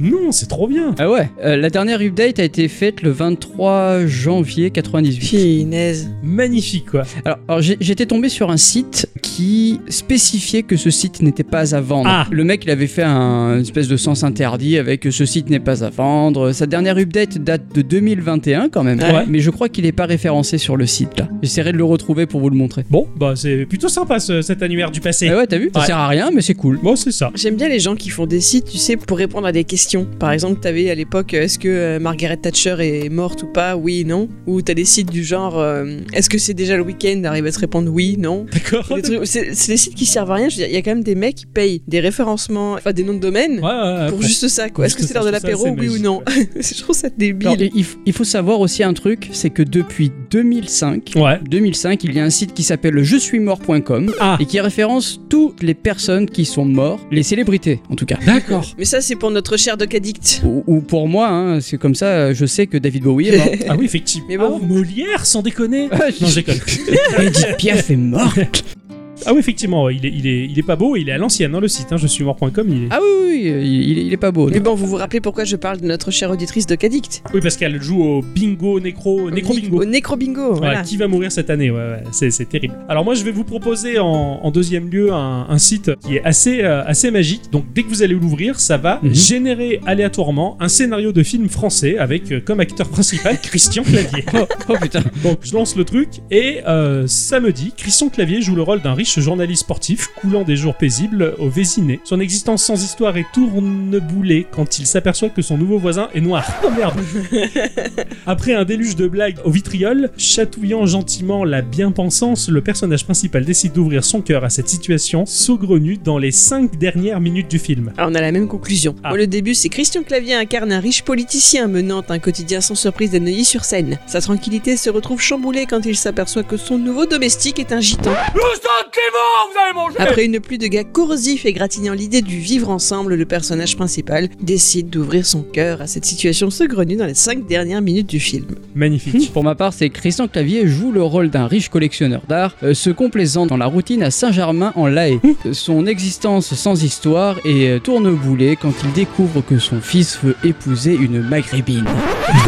E: non, c'est trop bien.
D: Ah ouais, Euh, la dernière update a été faite le 23 janvier 98.
B: Finaise.
E: Magnifique, quoi.
D: Alors, alors, j'ai- j'étais tombé sur un site qui spécifiait que ce site n'était pas à vendre.
E: Ah.
D: Le mec, il avait fait un une espèce de sens interdit avec euh, ce site n'est pas à vendre. Sa dernière update date de 2021 quand même.
B: Ouais.
D: Mais je crois qu'il n'est pas référencé sur le site là. J'essaierai de le retrouver pour vous le montrer.
E: Bon, bah c'est plutôt sympa ce- cet annuaire du passé.
D: Ah ouais, t'as vu Ça
E: Ouais.
D: sert à rien, mais c'est cool.
E: Bon, c'est ça.
B: J'aime bien les gens qui font des sites, tu sais, pour répondre à des questions. Par exemple, t'avais à l'époque, euh, est-ce que euh, Margaret Thatcher est morte ou pas Oui, non. Ou t'as des sites du genre, euh, est-ce que c'est déjà le week-end Arrive à se répondre oui, non.
E: D'accord.
B: Des trucs- C'est c'est des sites qui servent à rien. Je veux dire, il y a quand même des mecs qui payent des référencements, enfin des noms de domaine.
E: Ouais, ouais, ouais,
B: Pour
E: ouais.
B: juste ça, quoi. Est-ce que
E: Juste
B: c'est l'heure de
E: ça, ça,
B: l'apéro,
E: c'est
B: oui ou
E: magique,
B: non Je trouve ça
D: Alors,
B: débile.
D: il, il f- il faut savoir aussi un truc, c'est que depuis 2005,
E: Ouais.
D: 2005, il y a un site qui s'appelle je suis mort.com
E: Ah.
D: et qui référence toutes les personnes qui sont mortes, les célébrités en tout cas.
E: D'accord.
B: Mais ça, c'est pour notre cher Doc Addict.
D: Ou, ou pour moi, hein, c'est comme ça, je sais que David Bowie est mort.
E: Ah oui, effectivement.
B: Mais bon.
E: Ah, Molière, sans déconner.
D: Ah,
E: non, je déconne.
D: Edith Piaf est morte.
E: Ah oui, effectivement, il est, il est, il est pas beau, il est à l'ancienne, hein, le site. hein, je suis mort.com, il est.
D: Ah oui, oui, oui, il, il est pas beau.
B: Mais bon, vous vous rappelez pourquoi je parle de notre chère auditrice Doc Addict
E: Oui, parce qu'elle joue au bingo, nécro, nécro bingo.
B: Au Necro Bingo,
E: Ouais,
B: Oh, voilà.
E: qui va mourir cette année, ouais, ouais, c'est, c'est terrible. Alors moi je vais vous proposer en, en deuxième lieu un, un site qui est assez, euh, assez magique. Donc dès que vous allez l'ouvrir, ça va
D: Mhm.
E: générer aléatoirement un scénario de film français avec euh, comme acteur principal Christian Clavier.
D: Oh, oh, putain.
E: Donc je lance le truc et euh, samedi, Christian Clavier joue le rôle d'un riche journaliste sportif coulant des jours paisibles au Vésiné. Son existence sans histoire est tourneboulée quand il s'aperçoit que son nouveau voisin est noir. Oh merde Après un déluge de blagues au vitriol, chatouillant gentiment la bien-pensance, le personnage principal décide d'ouvrir son cœur à cette situation saugrenue dans les 5 dernières minutes du film.
B: Alors, on a la même conclusion.
E: Ah.
B: Bon, le début, c'est Christian Clavier incarne un riche politicien menant un quotidien sans surprise de Neuilly-sur-Seine. Sa tranquillité se retrouve chamboulée quand il s'aperçoit que son nouveau domestique est un gitan.
I: vous allez manger
B: Après une pluie de gars corrosifs et gratignant l'idée du vivre ensemble, le personnage principal décide d'ouvrir son cœur à cette situation saugrenue dans les cinq dernières minutes du film.
E: Magnifique.
D: Pour ma part, c'est Christian Clavier joue le rôle d'un riche collectionneur d'art, euh, se complaisant dans la routine à Saint-Germain en Laye. Euh, Son existence sans histoire est euh, tourneboulée quand il découvre que son fils veut épouser une maghrébine.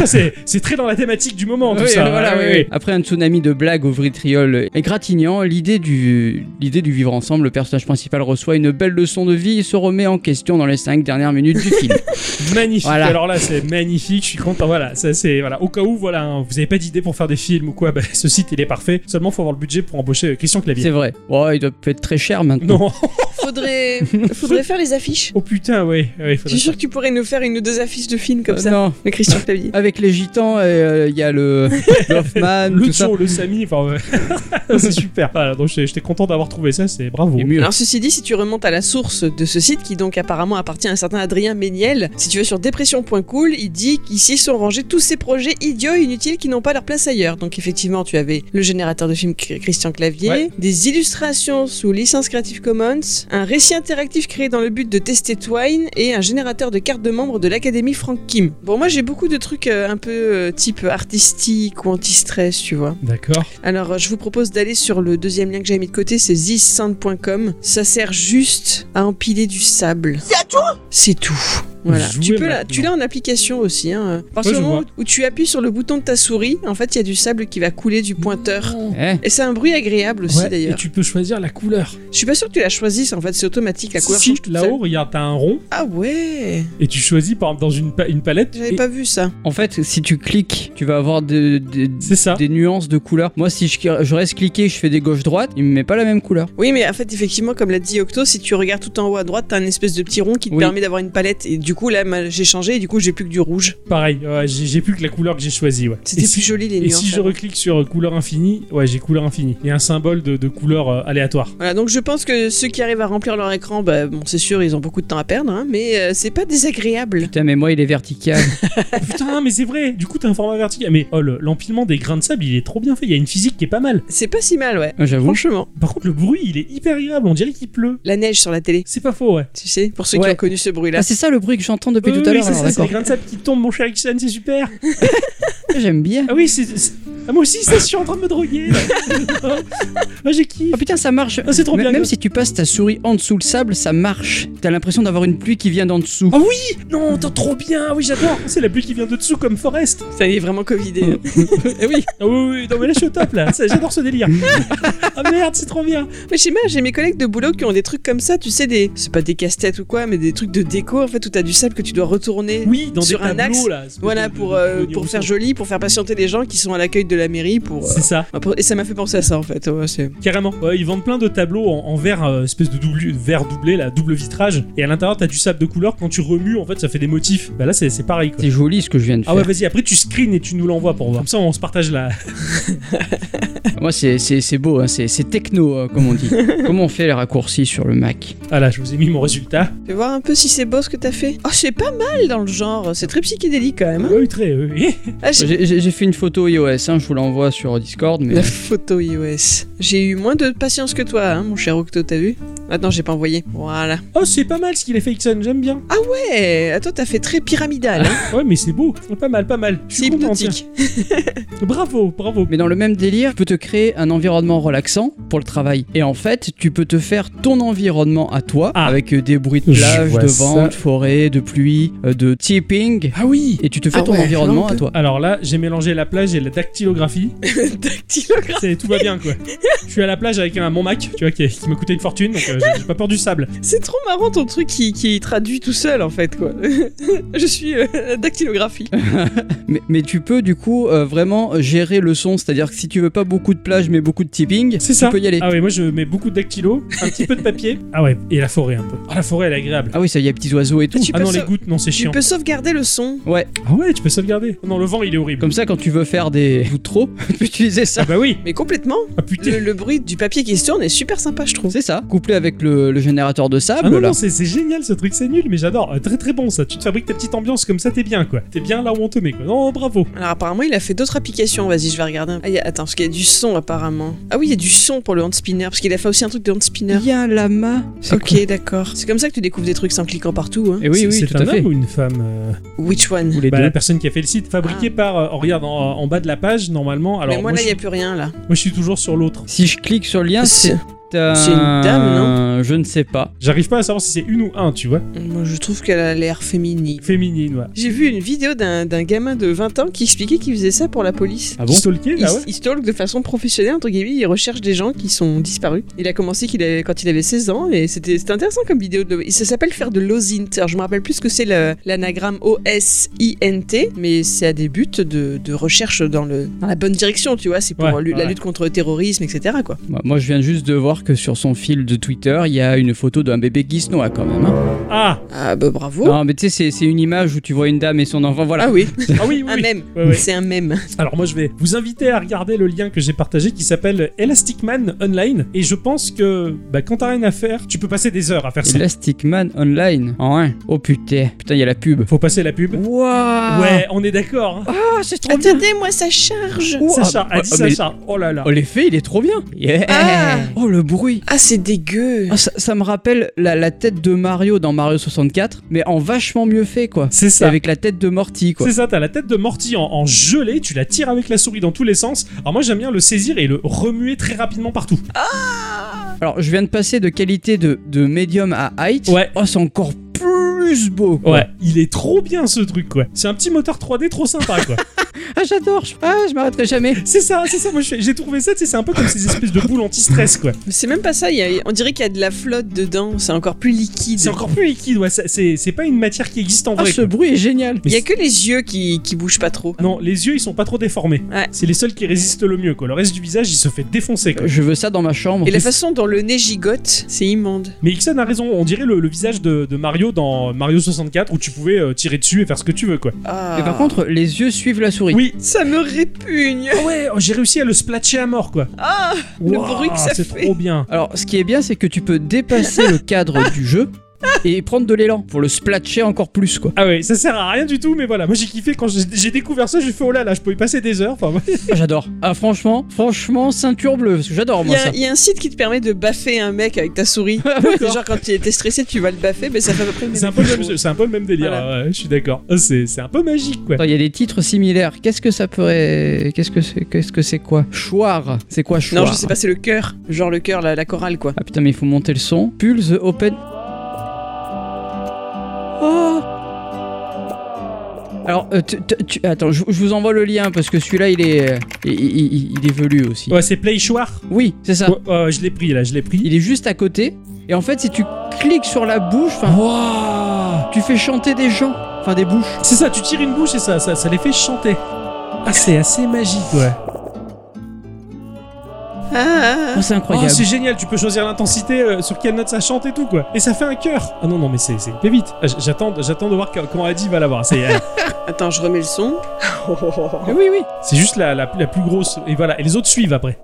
E: c'est, c'est très dans la thématique du moment tout
D: Oui,
E: ça.
D: voilà,
E: Ouais,
D: oui,
E: ouais,
D: oui. Après un tsunami de blagues au vitriol et gratignant, l'idée du, l'idée du vivre ensemble, le personnage principal reçoit une belle leçon de vie et se remet en question dans les 5 dernières minutes du film.
E: Magnifique.
D: Voilà.
E: Alors là, c'est magnifique. Je suis content. Voilà, ça c'est voilà. Au cas où, voilà, hein, vous avez pas d'idée pour faire des films ou quoi, bah, ce site il est parfait. Seulement, faut avoir le budget pour embaucher euh, Christian Clavier.
D: C'est vrai. Oh, il doit être très cher maintenant.
E: Non.
B: Faudrait, faudrait faire les affiches.
E: Oh putain, oui. oui
B: Je
E: faudrait
B: suis sûr que tu pourrais nous faire une ou deux affiches de films comme
D: Euh,
B: ça.
D: non.
B: Le Christian Clavier.
D: Avec les gitans, euh, il y a le Hoffman,
E: le
D: tout ça.
E: Joe, le Samy, enfin, ouais. c'est super. Voilà, donc j'étais j'étais content d'avoir trouvé ça, c'est bravo.
D: Et mieux.
B: Alors ceci dit, si tu remontes à la source de ce site, qui donc apparemment appartient à un certain Adrien Méniel, si tu vas sur dépression.cool, il dit qu'ici sont rangés tous ces projets idiots et inutiles qui n'ont pas leur place ailleurs. Donc effectivement, tu avais le générateur de films Cr- Christian Clavier,
E: Ouais.
B: des illustrations sous licence Creative Commons, un récit interactif créé dans le but de tester Twine et un générateur de cartes de membres de l'Académie Frank Kim. Bon, moi j'ai beaucoup de trucs euh, un peu euh, type artistique ou anti-stress, tu vois.
E: D'accord.
B: Alors, euh, je vous propose d'aller sur le deuxième lien que j'ai mis de côté, c'est zissound.com. Ça sert juste à empiler du sable. C'est à toi C'est tout. Voilà.
E: Jouez
B: Tu peux la-
E: maintenant.
B: tu l'as en application aussi. Hein. À partir
E: Ouais,
B: du
E: je
B: moment
E: vois.
B: où tu appuies sur le bouton de ta souris, en fait, il y a du sable qui va couler du pointeur.
D: Eh,
B: Et c'est un bruit agréable aussi
E: Ouais, et
B: d'ailleurs.
E: tu peux choisir la couleur.
B: Je suis pas sûr que tu la choisisses en fait, c'est automatique la couleur.
E: Si,
B: change toute
E: là-haut, regarde, t'as un rond
B: seule. Ah ouais,
E: et tu choisis par exemple dans une, pa- une palette.
B: j'avais
E: et-
B: pas vu ça.
D: en fait, si tu cliques, tu vas avoir de- de-
E: C'est ça.
D: des nuances de couleurs. Moi, si je, je reste cliqué, je fais des gauches-droites, il me met pas la même couleur.
B: Oui, mais en fait, effectivement, comme l'a dit Octo, si tu regardes tout en haut à droite, t'as un espèce de petit rond qui te
D: Oui.
B: permet d'avoir une palette. Et du coup, là, ma- j'ai changé et du coup, j'ai plus que du rouge.
E: Pareil, ouais, j'ai j'ai plus que la couleur que j'ai choisie. Ouais.
B: C'était
E: Et
B: plus
E: si-
B: joli les
E: Et
B: nuances.
E: si je
B: avant.
E: reclique sur euh, couleur infinie, ouais, j'ai couleur infinie. Et un symbole de, de couleur euh, aléatoire.
B: Voilà, donc je pense que ceux qui arrivent à remplir leur écran, bah, bon, c'est sûr, ils ont beaucoup de temps à perdre, hein, mais euh, c'est pas désagréable.
D: Putain, mais moi, il est vertical.
E: Oh, Putain, mais c'est vrai. Du coup, t'as un format vertical. Mais oh, le- l'empilement des grains de sable, il est trop bien fait. Il y a une physique qui est pas mal.
B: C'est pas si mal, ouais.
D: Ah, J'avoue.
B: Franchement,
E: Par contre, le bruit, il est hyper agréable. On dirait qu'il pleut.
B: la neige sur la télé,
E: C'est pas faux, ouais.
B: tu sais, pour ceux qui
D: Ouais.
B: ont connu ce bruit-là.
D: Ah, c'est ça le bruit que j'entends depuis
E: Oui,
D: tout à
E: oui,
D: l'heure.
E: c'est
D: alors,
E: ça, c'est les
D: d'accord.
E: grains de sable qui tombent, mon cher Ixon, c'est super.
D: J'aime bien.
E: Ah oui, c'est. c'est- Ah, moi aussi, ça, je suis en train de me droguer. là. ah, j'ai kiffé.
D: Oh putain, ça marche.
E: Ah, c'est trop
D: M-
E: bien,
D: Même
E: gosse.
D: si tu passes ta souris en dessous le sable, ça marche. T'as l'impression d'avoir une pluie qui vient d'en dessous.
E: Ah oui Non, t'es trop bien. Ah Oui, j'adore. C'est la pluie qui vient de dessous comme Forest.
B: Ça y est vraiment covidé.
E: Eh oui. Ah oui, oui, non mais là je suis au top là. Ça, J'adore ce délire. ah merde, c'est trop bien.
B: mais je sais pas, j'ai mes collègues de boulot qui ont des trucs comme ça, tu sais, des. C'est pas des casse-têtes ou quoi, mais des trucs de déco en fait où t'as du sable que tu dois retourner.
E: Oui, dans
B: Sur
E: des
B: un
E: tableaux
B: axe,
E: là. espèce
B: Voilà,
E: de- de-
B: pour,
E: de-
B: euh,
E: de-
B: pour faire joli, pour faire patienter les gens qui sont à l'accueil de la mairie. pour. euh,
E: C'est ça,
B: Et ça m'a fait penser à ça en fait. ouais, c'est-
E: carrément. Ouais, ils vendent plein de tableaux en, en verre, euh, espèce de double, verre doublé, là, double vitrage. Et à l'intérieur, t'as du sable de couleur. Quand tu remues, en fait, ça fait des motifs. Bah là, c'est c'est pareil quoi.
D: C'est joli ce que je viens de faire.
E: Ah ouais, vas-y, après tu screens et tu nous l'envoies pour voir. Comme ça, on se partage la.
D: Moi, c'est- c'est c'est beau, hein, c'est c'est techno, euh, comme on dit. Comment on fait les raccourcis sur le Mac
E: Ah là, je vous ai mis mon résultat.
B: Je vais voir un peu si c'est beau ce que t'as fait. Oh, c'est pas mal dans le genre, c'est très psychédélique quand même. hein.
E: Oui, très. oui. Eh,
B: Ah, j'ai-
D: J'ai j'ai- j'ai fait une photo iOS, hein, je vous l'envoie sur Discord, mais
B: La photo iOS. J'ai eu moins de patience que toi, hein, mon cher Octo, t'as vu Ah non, j'ai pas envoyé. Voilà.
E: Oh, c'est pas mal ce qu'il a fait, Ixon. J'aime bien.
B: Ouais, à toi, t'as fait très pyramidal. Hein.
E: Ouais, mais c'est beau. Pas mal, pas mal. Je
B: C'est
E: suis content. tiens.
B: hypnotique.
E: Bravo, bravo.
D: Mais dans le même délire, tu peux te créer un environnement relaxant pour le travail. Et en fait, tu peux te faire ton environnement à toi,
E: Ah.
D: avec euh, des bruits de
E: Je
D: plage,
E: vois
D: de
E: ça.
D: vent, de forêt, de pluie, euh, de tipping.
E: Ah oui.
D: Et tu te fais
B: Ah
D: ton
B: ouais,
D: environnement
B: là, on
D: à toi.
E: Alors là, j'ai mélangé la plage et la dactylographie.
B: Dactylographe.
E: C'est tout va bien quoi. Je suis à la plage avec un mon Mac, tu vois, qui, qui m'a coûté une fortune, donc euh, j'ai- j'ai pas peur du sable.
B: C'est trop marrant ton truc qui, qui traduit tout seul en fait, quoi. Je suis euh, la dactylographie.
D: Mais, mais tu peux du coup euh, vraiment gérer le son, c'est-à-dire que si tu veux pas beaucoup de plage mais beaucoup de tipping,
E: C'est ça.
D: tu peux y aller.
E: Ah ouais, moi je mets beaucoup de dactylo, un petit peu de papier. Ah ouais, et la forêt un peu. Ah la forêt elle est agréable.
D: Ah oui, ça y a petits oiseaux et tout.
B: Tu
E: Ah
B: peux
E: non,
B: sau-
E: les gouttes, non, c'est
B: Tu
E: chiant.
B: peux sauvegarder le son.
D: Ouais,
E: Ah ouais, tu peux sauvegarder. Oh non, le vent il est horrible.
D: comme ça quand tu veux faire des trop, tu peux utiliser
E: Ah
D: ça.
E: bah oui.
B: Mais complètement.
E: Ah putain.
B: Le, le bruit du papier qui se tourne est super sympa, je trouve.
D: C'est ça, couplé avec le, le générateur de sable
E: Ah non,
D: là.
E: non, c'est c'est génial ce truc, c'est nul, mais j'adore. Euh, très très bon ça. Tu te fabriques ta petite ambiance comme ça, t'es bien quoi. T'es bien là où on te met quoi. Non, bravo.
B: Alors apparemment, il a fait d'autres applications. Vas-y, je vais regarder. Ah, il y a- Attends, parce qu'il y a du son apparemment. Ah oui, il y a du son pour le hand spinner, parce qu'il a fait aussi un truc de hand spinner.
D: Il y a un lama. C'est
B: Ok,
D: quoi
B: d'accord. C'est comme ça que tu découvres des trucs sans cliquant partout. Hein.
D: Eh oui,
E: C'est-
D: oui,
E: c'est
D: tout
E: un
D: à fait.
E: homme ou une femme euh,
B: Which one
D: Ou les
E: bah,
D: deux.
E: La personne qui a fait le site, fabriqué par. euh, on regarde en, en bas de la page normalement. Alors
B: Ah. Mais moi,
E: moi,
B: là, il
E: je,
B: n'y a plus rien là.
E: moi je suis toujours sur l'autre.
D: Si je clique sur le lien, c'est un.
B: C'est une dame, non
D: Je ne sais pas.
E: J'arrive pas à savoir si c'est une ou un, tu vois.
B: Moi, je trouve qu'elle a l'air féminine.
E: Féminine, ouais.
B: J'ai vu une vidéo d'un d'un gamin de 20 ans qui expliquait qu'il faisait ça pour la police.
D: Ah bon
E: Stalker,
B: Il,
E: ah ouais
B: il stalk de façon professionnelle, entre guillemets, il recherche des gens qui sont disparus. Il a commencé qu'il avait- quand il avait 16 ans et c'était c'était intéressant comme vidéo. De, et ça s'appelle faire de l'OSINT. Alors je me rappelle plus ce que c'est le- l'anagramme O-S-I-N-T, mais c'est à des buts de, de recherche dans, le, dans la bonne direction, tu vois. C'est pour
E: Ouais,
B: lu- la
E: ouais.
B: lutte contre le terrorisme, etc. quoi.
D: Moi- Bah, Moi, je viens juste de voir que sur son fil de Twitter, il y a une photo d'un bébé guisnois quand même. hein.
E: Ah,
B: Ah bah bravo.
D: Non, mais tu sais, c'est- c'est une image où tu vois une dame et son enfant. Voilà.
B: Ah oui,
E: ah oui, oui,
B: un
E: oui.
B: mème.
E: Ouais, ouais.
B: C'est un mème.
E: Alors moi je vais vous inviter à regarder le lien que j'ai partagé qui s'appelle Elastic Man Online et je pense que bah, quand t'as rien à faire tu peux passer des heures à faire ça.
D: Elastic Man Online. En un. Oh putain. Putain, il y a la pub.
E: Faut passer la pub.
D: Waouh.
E: Ouais on est d'accord. hein.
D: Ah, c'est trop bien.
B: Attendez, moi ça charge.
D: Ouah.
E: Sacha, a dit
D: Ah, mais-
E: Sacha. Oh là là.
D: Oh, l'effet, il est trop bien. Yeah.
B: Ah.
D: Oh, le bruit.
B: Ah c'est dégueu.
D: Ah, ça, ça me rappelle la, la tête de Mario dans Mario 64, mais en vachement mieux fait, quoi.
E: C'est
D: C'est
E: ça.
D: avec la tête de Morty, quoi.
E: C'est ça, t'as la tête de Morty en, en gelée, tu la tires avec la souris dans tous les sens. Alors moi j'aime bien le saisir et le remuer très rapidement partout.
D: Alors, je viens de passer de qualité de, de médium à height.
E: Ouais.
D: Oh, c'est encore plus beau, quoi.
E: Ouais, il est trop bien ce truc quoi. C'est un petit moteur 3D trop sympa quoi.
D: Ah, j'adore. je- Ah, je m'arrêterai jamais.
E: c'est ça, c'est ça, moi je fais- j'ai trouvé ça, tu sais, c'est un peu comme ces espèces de boules anti-stress quoi.
B: Mais C'est même pas ça, il y a- on dirait qu'il y a de la flotte dedans, c'est encore plus liquide.
E: C'est encore plus liquide, ouais, ça- c'est c'est pas une matière qui existe en
D: Ah,
E: vrai.
D: ce
E: quoi.
D: bruit est génial.
B: Il y a que les yeux qui, qui bougent pas trop.
E: Non, les yeux ils sont pas trop déformés.
B: Ouais.
E: C'est les seuls qui résistent le mieux quoi. Le reste du visage il se fait défoncer quoi.
D: Je veux ça dans ma chambre.
B: Et la façon dont le nez gigote, c'est immonde.
E: Mais Ixon a raison, on dirait le, le visage de, de Mario dans Mario 64 où tu pouvais euh, tirer dessus et faire ce que tu veux quoi.
B: Ah.
D: Mais par contre, les yeux suivent la souris.
E: Oui.
B: ça me répugne.
E: Ah ouais, oh, j'ai réussi à le splatcher à mort quoi.
B: Ah, le
E: Ouah,
B: bruit que ça
E: C'est
B: fait.
E: trop bien.
D: Alors, ce qui est bien, c'est que tu peux dépasser le cadre du jeu et prendre de l'élan pour le splatcher encore plus, quoi.
E: Ah ouais, ça sert à rien du tout, mais voilà, moi j'ai kiffé quand j'ai j'ai découvert ça, j'ai fait oh là là, je peux y passer des heures. Enfin, ouais.
D: Ah, j'adore. Ah, franchement, franchement, ceinture bleue, parce que j'adore,
B: Il y,
D: moi,
B: a-
D: ça. Ah,
B: il y a un site qui te permet de baffer un mec avec ta souris. C'est genre quand tu étais stressé, tu vas le baffer, mais ça fait à peu près le même
E: c'est un, peu le
B: effet.
E: même- c'est un peu le même délire, ouais, je suis d'accord. Ah, C'est c'est un peu magique quoi.
D: Attends, il y a des titres similaires. Qu'est-ce que ça pourrait. Qu'est-ce que c'est Qu'est-ce que c'est quoi Choir. C'est quoi choir
B: Non, je sais pas, c'est le cœur. Genre le cœur, la, la chorale quoi.
D: Ah putain, mais il faut monter le son. Pulse open. Oh Alors, euh, tu- tu- tu- attends, je, je vous envoie le lien parce que celui-là, il est, il, il- il- il est velu aussi.
E: Ouais, c'est Play Choir.
D: Oui, c'est
B: Ah.
D: ça.
E: Ouais, ouais, je l'ai pris là, je l'ai pris.
D: Il est juste à côté. Et en fait, si tu cliques sur la bouche, enfin, tu fais chanter des gens, enfin des bouches.
E: C'est ça, tu tires une bouche et ça, ça, ça les fait chanter. Ah, c'est assez magique, ouais.
B: Ah, ah,
D: Oh,
B: ah.
D: c'est
E: Oh,
D: incroyable.
E: c'est génial, tu peux choisir l'intensité, euh, sur quelle note ça chante et tout, quoi. Et ça fait un cœur. Ah non, non, mais c'est c'est- fais vite. Ah, j- J'attends j'attends de voir quand- quand Adi va l'avoir. C'est euh,
B: Attends, je remets le son.
D: Ah oui, oui.
E: c'est juste la, la, la plus grosse. Et voilà, et les autres suivent après.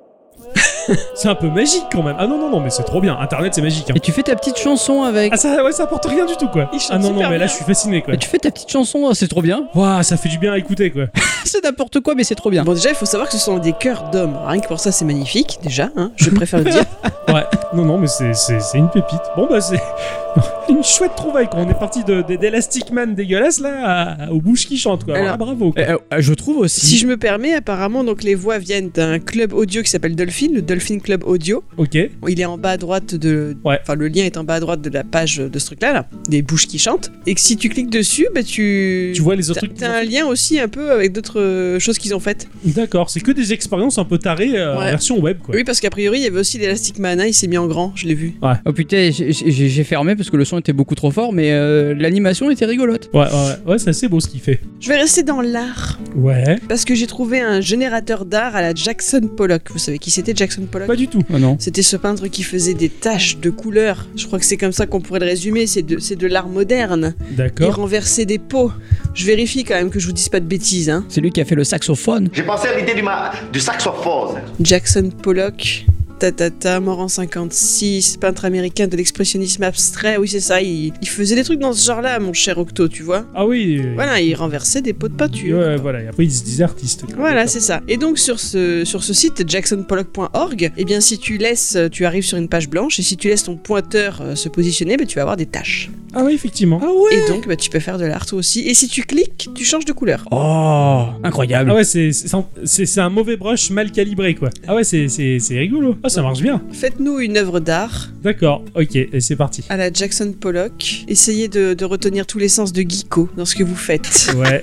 E: c'est un peu magique quand même. Ah non, non, non, mais c'est trop bien. Internet, c'est magique. hein.
D: Et tu fais ta petite chanson avec.
E: Ah ça, ouais, ça apporte rien du tout, quoi.
B: Ils chantent
E: Ah non, non,
B: super
E: mais là,
B: bien.
E: je suis fasciné, quoi.
D: Et tu fais ta petite chanson, oh, c'est trop bien.
E: Waouh, ça fait du bien à écouter, quoi.
D: c'est n'importe quoi, mais c'est trop bien.
B: Bon, déjà, il faut savoir que ce sont des cœurs d'hommes. Rien que pour ça, c'est magnifique, déjà. Hein, je préfère le dire.
E: Ouais, non, non, mais c'est- c'est c'est une pépite. Bon, bah, c'est une chouette trouvaille, quoi. On est parti de- de- d'Elastic Man dégueulasse, là, à- aux bouches qui chantent, quoi.
B: Alors-
E: Ah, bravo, quoi.
D: Euh, euh, je trouve aussi.
B: Si je me permets, apparemment, donc les voix viennent d'un club audio qui s'appelle Dolphin, le Dolphin Club Audio.
E: Ok.
B: Il est en bas à droite de.
E: Ouais.
B: Enfin, le lien est en bas à droite de la page de ce truc-là, là, des bouches qui chantent. Et que si tu cliques dessus, bah tu.
E: Tu vois les autres
B: T'as-
E: trucs. qu'ils
B: T'as un lien aussi un peu avec d'autres euh, choses qu'ils ont faites.
E: ont- D'accord, c'est que des expériences un peu tarées euh, en
B: Ouais.
E: version web, quoi.
B: Oui, parce qu'a priori, il y avait aussi l'Elastic Man, hein, il s'est mis en grand, je l'ai vu.
D: Oh putain, j'ai- j'ai j'ai fermé parce que le son était beaucoup trop fort, mais euh, l'animation était rigolote.
E: Ouais, ouais, ouais, ouais, c'est assez beau ce qu'il fait.
B: Je vais rester dans l'art,
E: Ouais.
B: parce que j'ai trouvé un générateur d'art à la Jackson Pollock. Vous savez qui c'était Jackson Pollock
E: Pas du tout.
D: Oh non.
B: C'était ce peintre qui faisait des taches de couleurs. Je crois que c'est comme ça qu'on pourrait le résumer, c'est de, c'est de l'art moderne. Il
E: D'accord.
B: renversait des pots. Je vérifie quand même que je vous dise pas de bêtises. Hein.
D: C'est lui qui a fait le saxophone.
H: J'ai pensé à l'idée du, ma... du saxophone.
B: Jackson Pollock, tatata, mort en 56, peintre américain de l'expressionnisme abstrait. Oui, c'est ça, il, il faisait des trucs dans ce genre-là, mon cher Octo, tu vois.
E: Ah oui. euh,
B: Voilà, il renversait des pots de peinture.
E: Ouais, voilà. Et après, ils se disent artistes. quoi.
B: Voilà,
E: D'accord.
B: c'est ça. Et donc sur ce, sur ce site jacksonpollock.org, eh bien si bah, tu laisses, tu arrives sur une page blanche et si tu laisses ton pointeur euh, se positionner, ben, tu vas avoir des tâches.
E: Ah oui, effectivement.
D: Ah ouais
B: Et donc, bah, tu peux faire de l'art aussi. Et si tu cliques, tu changes de couleur.
D: Oh Incroyable
E: Ah ouais, c'est- c'est c'est- c'est un mauvais brush mal calibré, quoi. Ah ouais, c'est- c'est c'est rigolo. Ah, ça marche bien.
B: Faites-nous une œuvre d'art
E: D'accord, ok, et c'est parti.
B: à la Jackson Pollock. Essayez de, de retenir tous les sens de geeko dans ce que vous faites.
E: Ouais.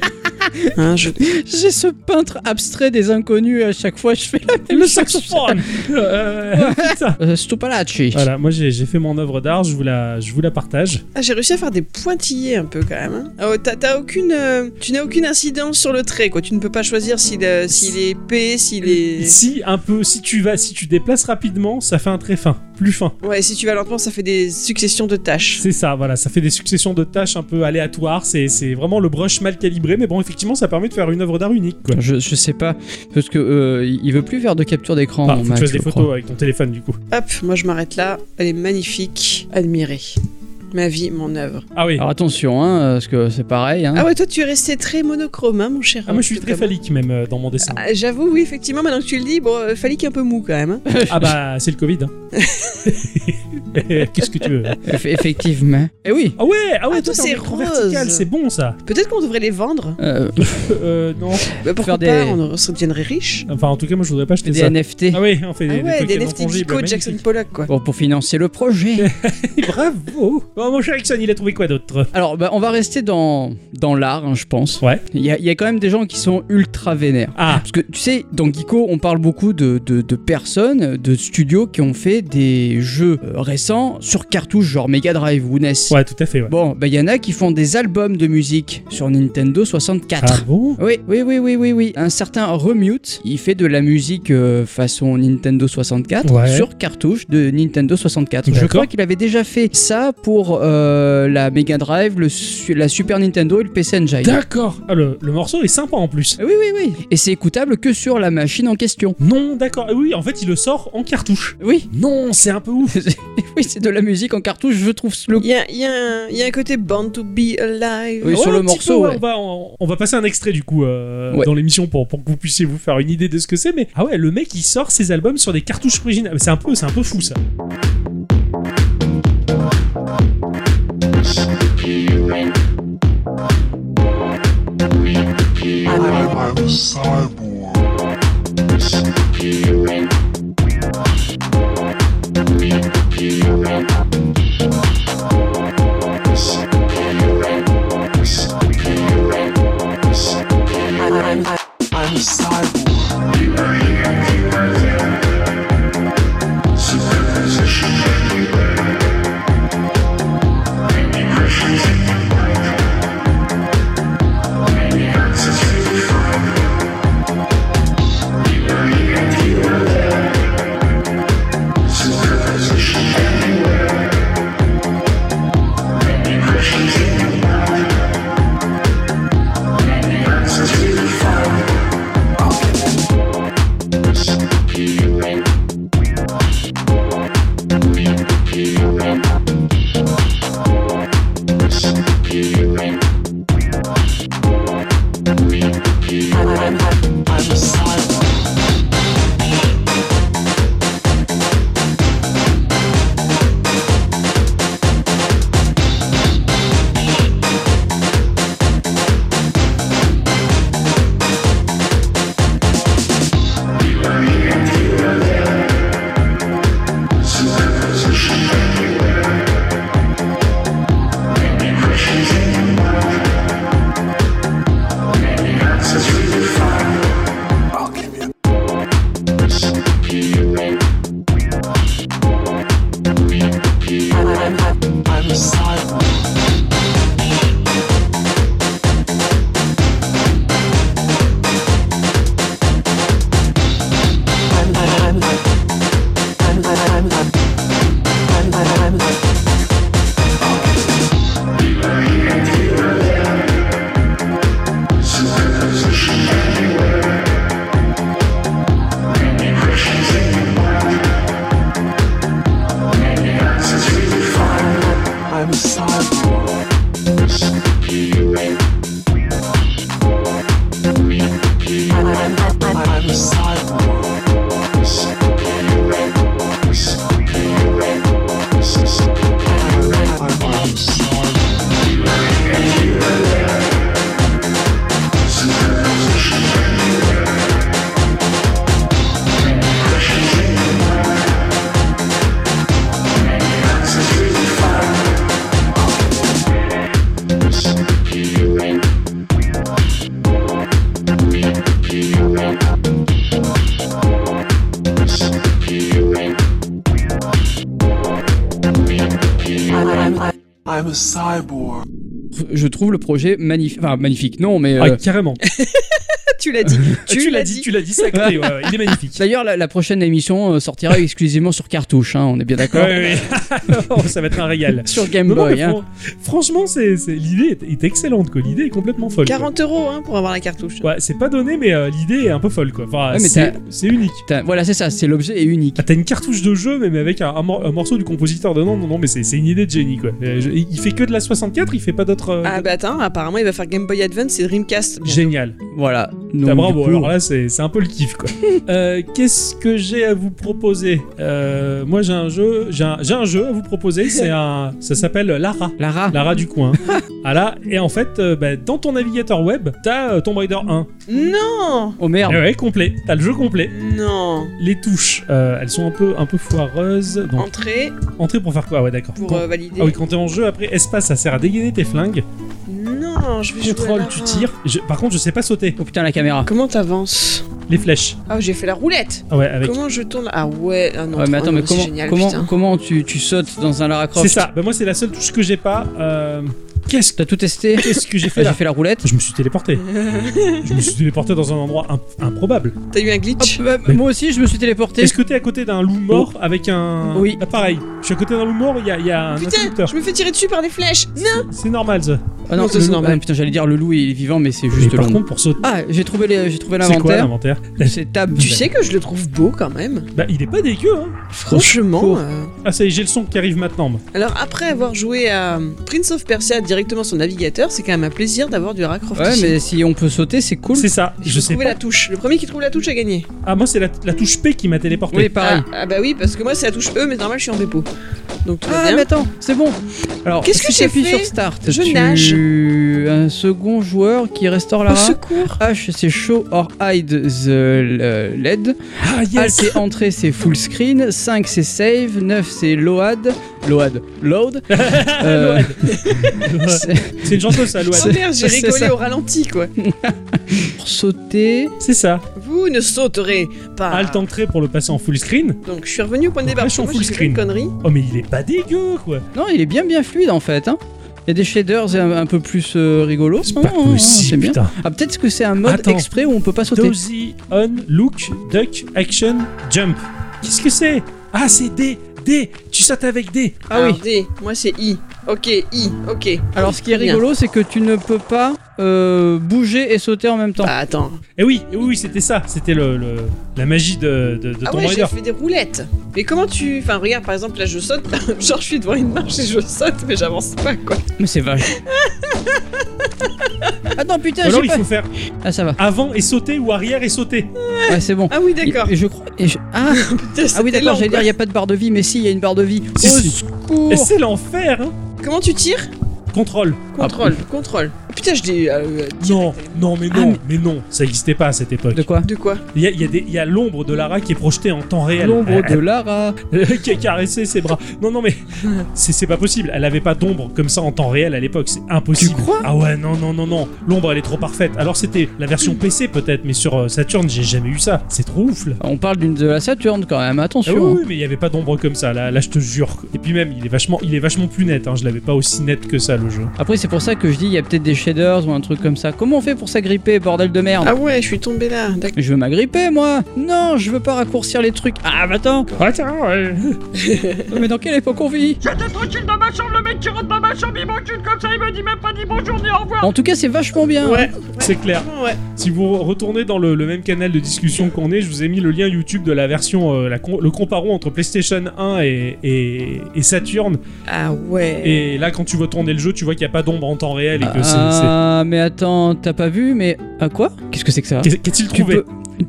B: Hein, je-
D: J'ai ce peintre abstrait des inconnus à chaque fois, je fais la même
E: Le
D: chose.
E: saxophone Euh, putain.
D: Euh, Stupalachi.
E: Voilà, moi j'ai j'ai fait mon œuvre d'art, je vous la, je vous la partage.
B: Ah, j'ai réussi à faire des pointillés un peu quand même. hein. Ah, ouais, t'as- t'as aucune, euh, tu n'as aucune incidence sur le trait, quoi. Tu ne peux pas choisir s'il euh, s'il est épais, s'il est.
E: Si un peu, si tu vas, si tu déplaces rapidement, ça fait un très fin, plus fin.
B: Ouais, si tu vas lentement, ça fait des successions de tâches.
E: C'est ça, voilà, ça fait des successions de tâches un peu aléatoires. C'est c'est vraiment le brush mal calibré, mais bon, effectivement, ça permet de faire une œuvre d'art unique. Quoi.
D: Je, je sais pas, parce que euh, il il veut plus faire de capture d'écran.
E: Enfin,
D: mon
E: faut que
D: Mac,
E: tu fasses
D: Ah, je
E: des
D: crois.
E: photos avec ton téléphone du coup.
B: Hop, moi je m'arrête là. Elle est magnifique, admirée. Ma vie, mon œuvre.
E: Ah oui.
D: Alors attention, hein, parce que c'est pareil. Hein.
B: Ah ouais, toi tu es resté très monochrome, hein, mon cher.
E: Ah, moi je suis très
B: Thomas.
E: phallique même euh, dans mon dessin.
B: Ah, J'avoue, oui, effectivement, maintenant que tu le dis, bon, euh, phallique un peu mou quand même. hein.
E: Ah bah c'est le Covid. hein. Qu'est-ce que tu veux
D: Eff- Effectivement. Eh oui
E: Ah ouais, ah ouais,
B: Ah, toi,
E: toi t'es en
B: c'est
E: micro
B: rose.
E: vertical, c'est bon ça.
B: Peut-être qu'on devrait les vendre.
D: Euh,
E: Euh, non.
B: Bah, pourquoi
D: des-
B: pas, on, on se deviendrait riche.
E: Enfin en tout cas moi je voudrais pas acheter
D: Des
E: ça.
D: NFT.
E: Ah oui, on fait
B: Ah
E: des,
B: ouais,
E: trucs
B: des
E: non
B: NFT
E: tangibles,
B: Geeko
E: magnifiques.
B: Jackson Pollock, quoi.
D: Bon, pour financer le projet.
E: Bravo Bon, mon cher Jackson, il a trouvé quoi d'autre
D: Alors, bah, on va rester dans, dans l'art, hein, je pense.
E: Ouais.
D: Il y, a- il y a quand même des gens qui sont ultra vénères.
E: Ah
D: Parce que tu sais, dans Geeko, on parle beaucoup de, de- de personnes, de studios qui ont fait des jeux euh, récents sur cartouche, genre Mega Drive ou NES.
E: Ouais, tout à fait, ouais.
D: Bon, bah il y en a qui font des albums de musique sur Nintendo 64.
E: Ah bon
D: Oui, oui, oui, oui, oui, oui. Un certain Remute, il fait de la musique euh, façon Nintendo 64
E: Ouais.
D: sur cartouche de Nintendo 64. Je
E: D'accord.
D: crois qu'il avait déjà fait ça pour euh, la Mega Drive, le su- la Super Nintendo et le PC Engine.
E: D'accord Ah, le, le morceau est sympa en plus.
D: Ah Oui, oui, oui. Et c'est écoutable que sur la machine en question.
E: Non, d'accord. Ah Oui, en fait, il le sort en cartouche.
D: Oui.
E: Non, c'est un peu ouf.
D: oui, c'est de la musique en cartouche, je trouve le
B: Il y a, il y a un- il y a un côté Born to be alive.
D: Oui,
E: Ouais,
D: sur le
E: un petit
D: morceau,
E: peu,
D: ouais.
E: On, va, on, on va passer un extrait du coup euh,
D: Ouais.
E: dans l'émission pour, pour que vous puissiez vous faire une idée de ce que c'est. Mais ah ouais, le mec il sort ses albums sur des cartouches originales. C'est un peu, c'est un peu fou ça.
J: I'm a cyborg.
D: Je trouve le projet magnifique. Enfin, magnifique, non, mais.
E: Ah,
D: euh,
E: carrément.
B: Ah, tu l'as dit.
E: Ah, Tu, l'as dit, tu l'as dit, sacré. ouais, ouais, il est magnifique.
D: D'ailleurs, la, la prochaine émission euh, sortira exclusivement sur cartouche, hein, on est bien d'accord.
E: Ouais, ouais. Oh, ça va être un régal.
D: Sur Game
E: Non, non,
D: Boy.
E: mais
D: hein.
E: fran- Franchement, c'est c'est- l'idée est, est excellente, quoi. L'idée est complètement folle. quoi.
B: 40 euros hein, pour avoir la cartouche.
E: Ouais, c'est pas donné, mais euh, l'idée est un peu folle, quoi.
D: Ouais,
E: Enfin,
D: mais
E: c'est
D: t'as-
E: c'est unique.
D: Putain, Voilà, c'est ça, c'est l'objet est unique.
E: Ah, t'as une cartouche de jeu, mais mais avec un, un mor- un morceau du compositeur dedans. Non, non, mais c'est c'est une idée de génie, quoi. Euh, je- il fait que de la 64, il fait pas d'autres. euh,
B: Ah bah attends, apparemment il va faire Game Boy Advance et Dreamcast.
E: Génial.
D: Voilà. Donc,
E: Ah,
D: du
E: bravo,
D: coup,
E: alors là, c'est c'est un peu le kiff, quoi. Euh, Qu'est-ce que j'ai à vous proposer Euh, Moi, j'ai un jeu, j'ai un, j'ai un jeu à vous proposer. C'est un, ça s'appelle Lara.
D: Lara,
E: Lara du coin. ah là, et en fait, euh, bah, dans ton navigateur web, t'as euh, Tomb Raider 1.
B: Non
D: oh merde.
E: Eh ouais, complet. T'as le jeu complet.
B: Non
E: Les touches, euh, elles sont un peu, un peu foireuses. Donc,
B: Entrée
E: entrée pour faire quoi Ouais, d'accord.
B: pour
E: Bon.
B: euh, valider.
E: Ah oui, quand t'es en jeu, après, espace, ça sert à dégainer tes flingues.
B: Non, je vais jouer à
E: Contrôle,
B: Lara.
E: tu tires. Je- par contre, je sais pas sauter.
D: Oh putain, la caméra.
B: Comment t'avances
E: Les flèches.
B: Ah, j'ai fait la roulette
E: Ah ouais, avec.
B: Comment je tourne Ah ouais, ah non,
D: Ouais, mais
B: ah
D: attends,
B: non,
D: mais
B: c'est
D: comment,
B: génial,
D: comment,
B: putain.
D: comment tu, tu sautes dans un Lara Croft
E: C'est ça. Bah, moi, c'est la seule touche que j'ai pas. Euh, Qu'est-ce
D: T'as tout testé
E: Qu'est-ce que Ah, j'ai fait
D: J'ai
E: là
D: fait la roulette.
E: Je me suis téléporté. je me suis téléporté dans un endroit imp- improbable.
B: T'as eu un glitch
E: Mais-
D: Bah, Moi aussi, je me suis téléporté.
E: Est-ce que t'es Oh. à côté d'un loup mort avec un.
D: Oui.
E: Ah, pareil. Je suis à côté d'un loup mort, il y a, il y a un
B: Putain,
E: interrupteur.
B: je me fais tirer dessus par des flèches Non
E: C'est normal ça.
D: Ah non,
B: Non, ça,
D: le
B: c'est
D: loup-
B: normal.
D: ah, putain, j'allais dire le loup, il est vivant, mais c'est
E: Mais
D: juste
E: par
D: l'ombre.
E: contre, pour sauter.
D: Ah, j'ai trouvé les- j'ai trouvé
E: C'est quoi
D: l'inventaire.
E: l'inventaire
D: C'est tab.
B: Tu sais que je le trouve beau quand même
E: Bah, il est pas dégueu, hein.
B: Franchement
D: secours.
B: euh,
E: Ah, ça y est, j'ai le son qui arrive maintenant. moi.
B: Alors après avoir joué à euh, Prince of Persia directement sur navigateur, c'est quand même un plaisir d'avoir du Lara Croft
D: Ouais,
B: ici.
D: mais si on peut sauter, c'est cool.
E: C'est ça.
B: Il
E: Je
B: faut
E: sais
B: trouver
E: pas.
B: la touche. Le premier qui trouve la touche a gagné.
E: Ah, moi, c'est la, la touche P qui m'a téléporté.
D: Oui, pareil.
B: Ah, ah bah oui, parce que moi c'est la touche E, mais normal je suis en dépôt. Donc tout va
D: Ah,
B: bien.
D: mais attends, c'est bon. Alors,
B: Qu'est-ce que
D: si
B: j'ai
D: t'appuies
B: fait
D: sur Start,
B: Je
D: tu...
B: nage.
D: Un second joueur qui restaure
B: Au
D: Lara.
B: secours
D: H c'est show or hide the euh, LED.
E: Ah,
D: Alt
E: yes.
D: c'est entrée, c'est full screen. 5 c'est save. 9 c'est load. Load. Load. Euh, c'est-
E: c'est une chanteuse, ça,
B: Oh
E: Load.
B: merde, j'ai
D: c'est
B: rigolé
D: ça.
B: au ralenti quoi.
D: pour sauter.
E: C'est ça.
B: Vous ne sauterez pas.
E: Alt entrée pour le passer en full screen.
B: Donc je suis revenu au point de
E: Donc
B: départ.
E: là, je suis en
B: Moi, j'ai
E: full
B: fait une
E: screen.
B: connerie.
E: Oh, mais il est pas dégueu, quoi.
D: Non, il est bien bien fluide en fait. Hein. Il y a des shaders un, un peu plus euh, rigolos.
E: C'est pas
D: Oh, c'est
E: possible,
D: bien.
E: putain.
D: Ah, peut-être que c'est un mode
E: Attends.
D: exprès où on peut pas sauter.
E: Dozy, on, look, duck, action, jump. Qu'est-ce que c'est Ah, c'est D, D, tu sautes avec D.
D: Ah oui.
B: Alors, D. Moi c'est I. Ok, I. Ok.
D: Alors, ce qui est
B: Bien.
D: rigolo, c'est que tu ne peux pas euh, bouger et sauter en même temps.
B: Bah attends.
E: Eh oui, eh oui, oui, c'était ça, c'était le, le- la magie de, de, de
B: Ah
E: Tomb
B: ouais, j'ai
E: Raider.
B: fait des roulettes. Mais comment tu. Enfin, regarde, par exemple, là je saute. Genre, je suis devant une marche et je saute, mais j'avance pas quoi.
D: Mais c'est vache. Attends,
E: Ou
D: putain,
E: alors
D: j'ai
E: Bah il
D: pas.
E: faut faire
D: Ah, ça va.
E: avant et sauter ou arrière et sauter.
D: Ouais, c'est bon.
B: Ah oui, d'accord.
D: Et- et je crois. et je- Ah, ah oui,
B: C'était
D: d'accord,
B: lent, quoi.
D: j'allais dire, il n'y a pas de barre de vie, mais si, il y a une barre de vie.
E: Si,
D: Au
E: si.
D: secours
E: Et c'est l'enfer, hein
B: Comment tu tires
E: Contrôle.
B: Contrôle, contrôle. Oh, Putain, je dis. euh, euh,
E: Non, non, mais
D: Ah,
E: non,
D: mais-
E: mais... non, ça n'existait pas à cette époque.
D: De quoi
B: de quoi
E: Il y a- il y a des- il y a l'ombre de Lara qui est projetée en temps réel. Eh.
D: L'ombre de Lara.
E: Elle- qui a caressé ses bras. Non, non, mais c'est c'est pas possible. Elle avait pas d'ombre comme ça en temps réel à l'époque. C'est impossible.
D: Tu crois
E: Ah ouais, non, non, non, non. L'ombre, elle est trop parfaite. Alors, c'était la version PC peut-être, mais sur euh, Saturn, j'ai jamais eu ça. C'est trop ouf là.
D: On parle d'une de la Saturne quand même,
E: Ah oui,
D: attention.
E: oui, mais il y avait pas d'ombre comme ça. Là, là, je te jure. Et puis même, il est vachement, il est vachement plus net. Hein. Je l'avais pas aussi net que ça le jeu.
D: Après, c'est pour ça que je dis, il y a peut-être des shaders ou un truc comme ça. Comment on fait pour s'agripper, bordel de merde
B: Ah ouais, je suis tombé là. D'accord.
D: Mais Je veux m'agripper, moi Non, je veux pas raccourcir les trucs. Ah, bah attends
E: Attends, ouais.
D: Mais dans quelle époque on vit En tout cas, c'est vachement bien
B: Ouais,
E: c'est clair.
B: ouais.
E: Si vous retournez dans le, le même canal de discussion qu'on est, je vous ai mis le lien YouTube de la version, euh, la com- le comparon entre PlayStation 1 et, et, et Saturn.
B: Ah ouais.
E: Et là, quand tu vois tourner le jeu, tu vois qu'il n'y a pas d'ombre en temps réel et que c'est.
D: Ah, mais attends, t'as pas vu, mais. Ah, quoi Qu'est-ce que c'est que ça
E: c'est- Qu'est- Qu'a-t-il
D: Tu
E: trouvé
D: peux.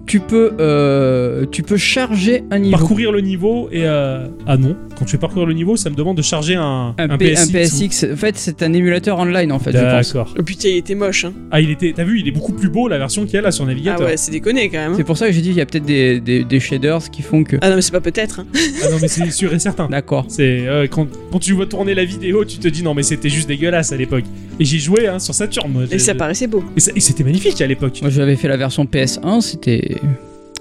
D: Tu peux. euh, tu peux charger un niveau.
E: Parcourir le niveau et. euh, Ah non, quand tu fais parcourir le niveau, ça me demande de charger un,
D: Un, P- un
E: PSX.
D: PSX. En fait, c'est un émulateur online, en fait, je pense.
E: D'accord.
B: Oh putain, il était moche, hein.
E: Ah, il était. T'as vu, il est beaucoup plus beau la version qu'il y a là sur
B: Ah
E: navigateur.
B: ouais, c'est déconné quand même. hein.
D: C'est pour ça que j'ai dit, il y a peut-être des, des, des shaders qui font que.
B: Ah non, mais c'est pas peut-être. hein.
E: Ah non, mais c'est sûr et certain.
D: D'accord.
E: C'est euh, quand, quand tu vois tourner la vidéo, tu te dis non mais c'était juste dégueulasse à l'époque. Et j'ai joué hein, sur Saturn. moi.
B: Et ça
E: Je-
B: paraissait beau.
E: et ça- et c'était magnifique à l'époque.
D: Moi, j'avais fait la version PS1, c'était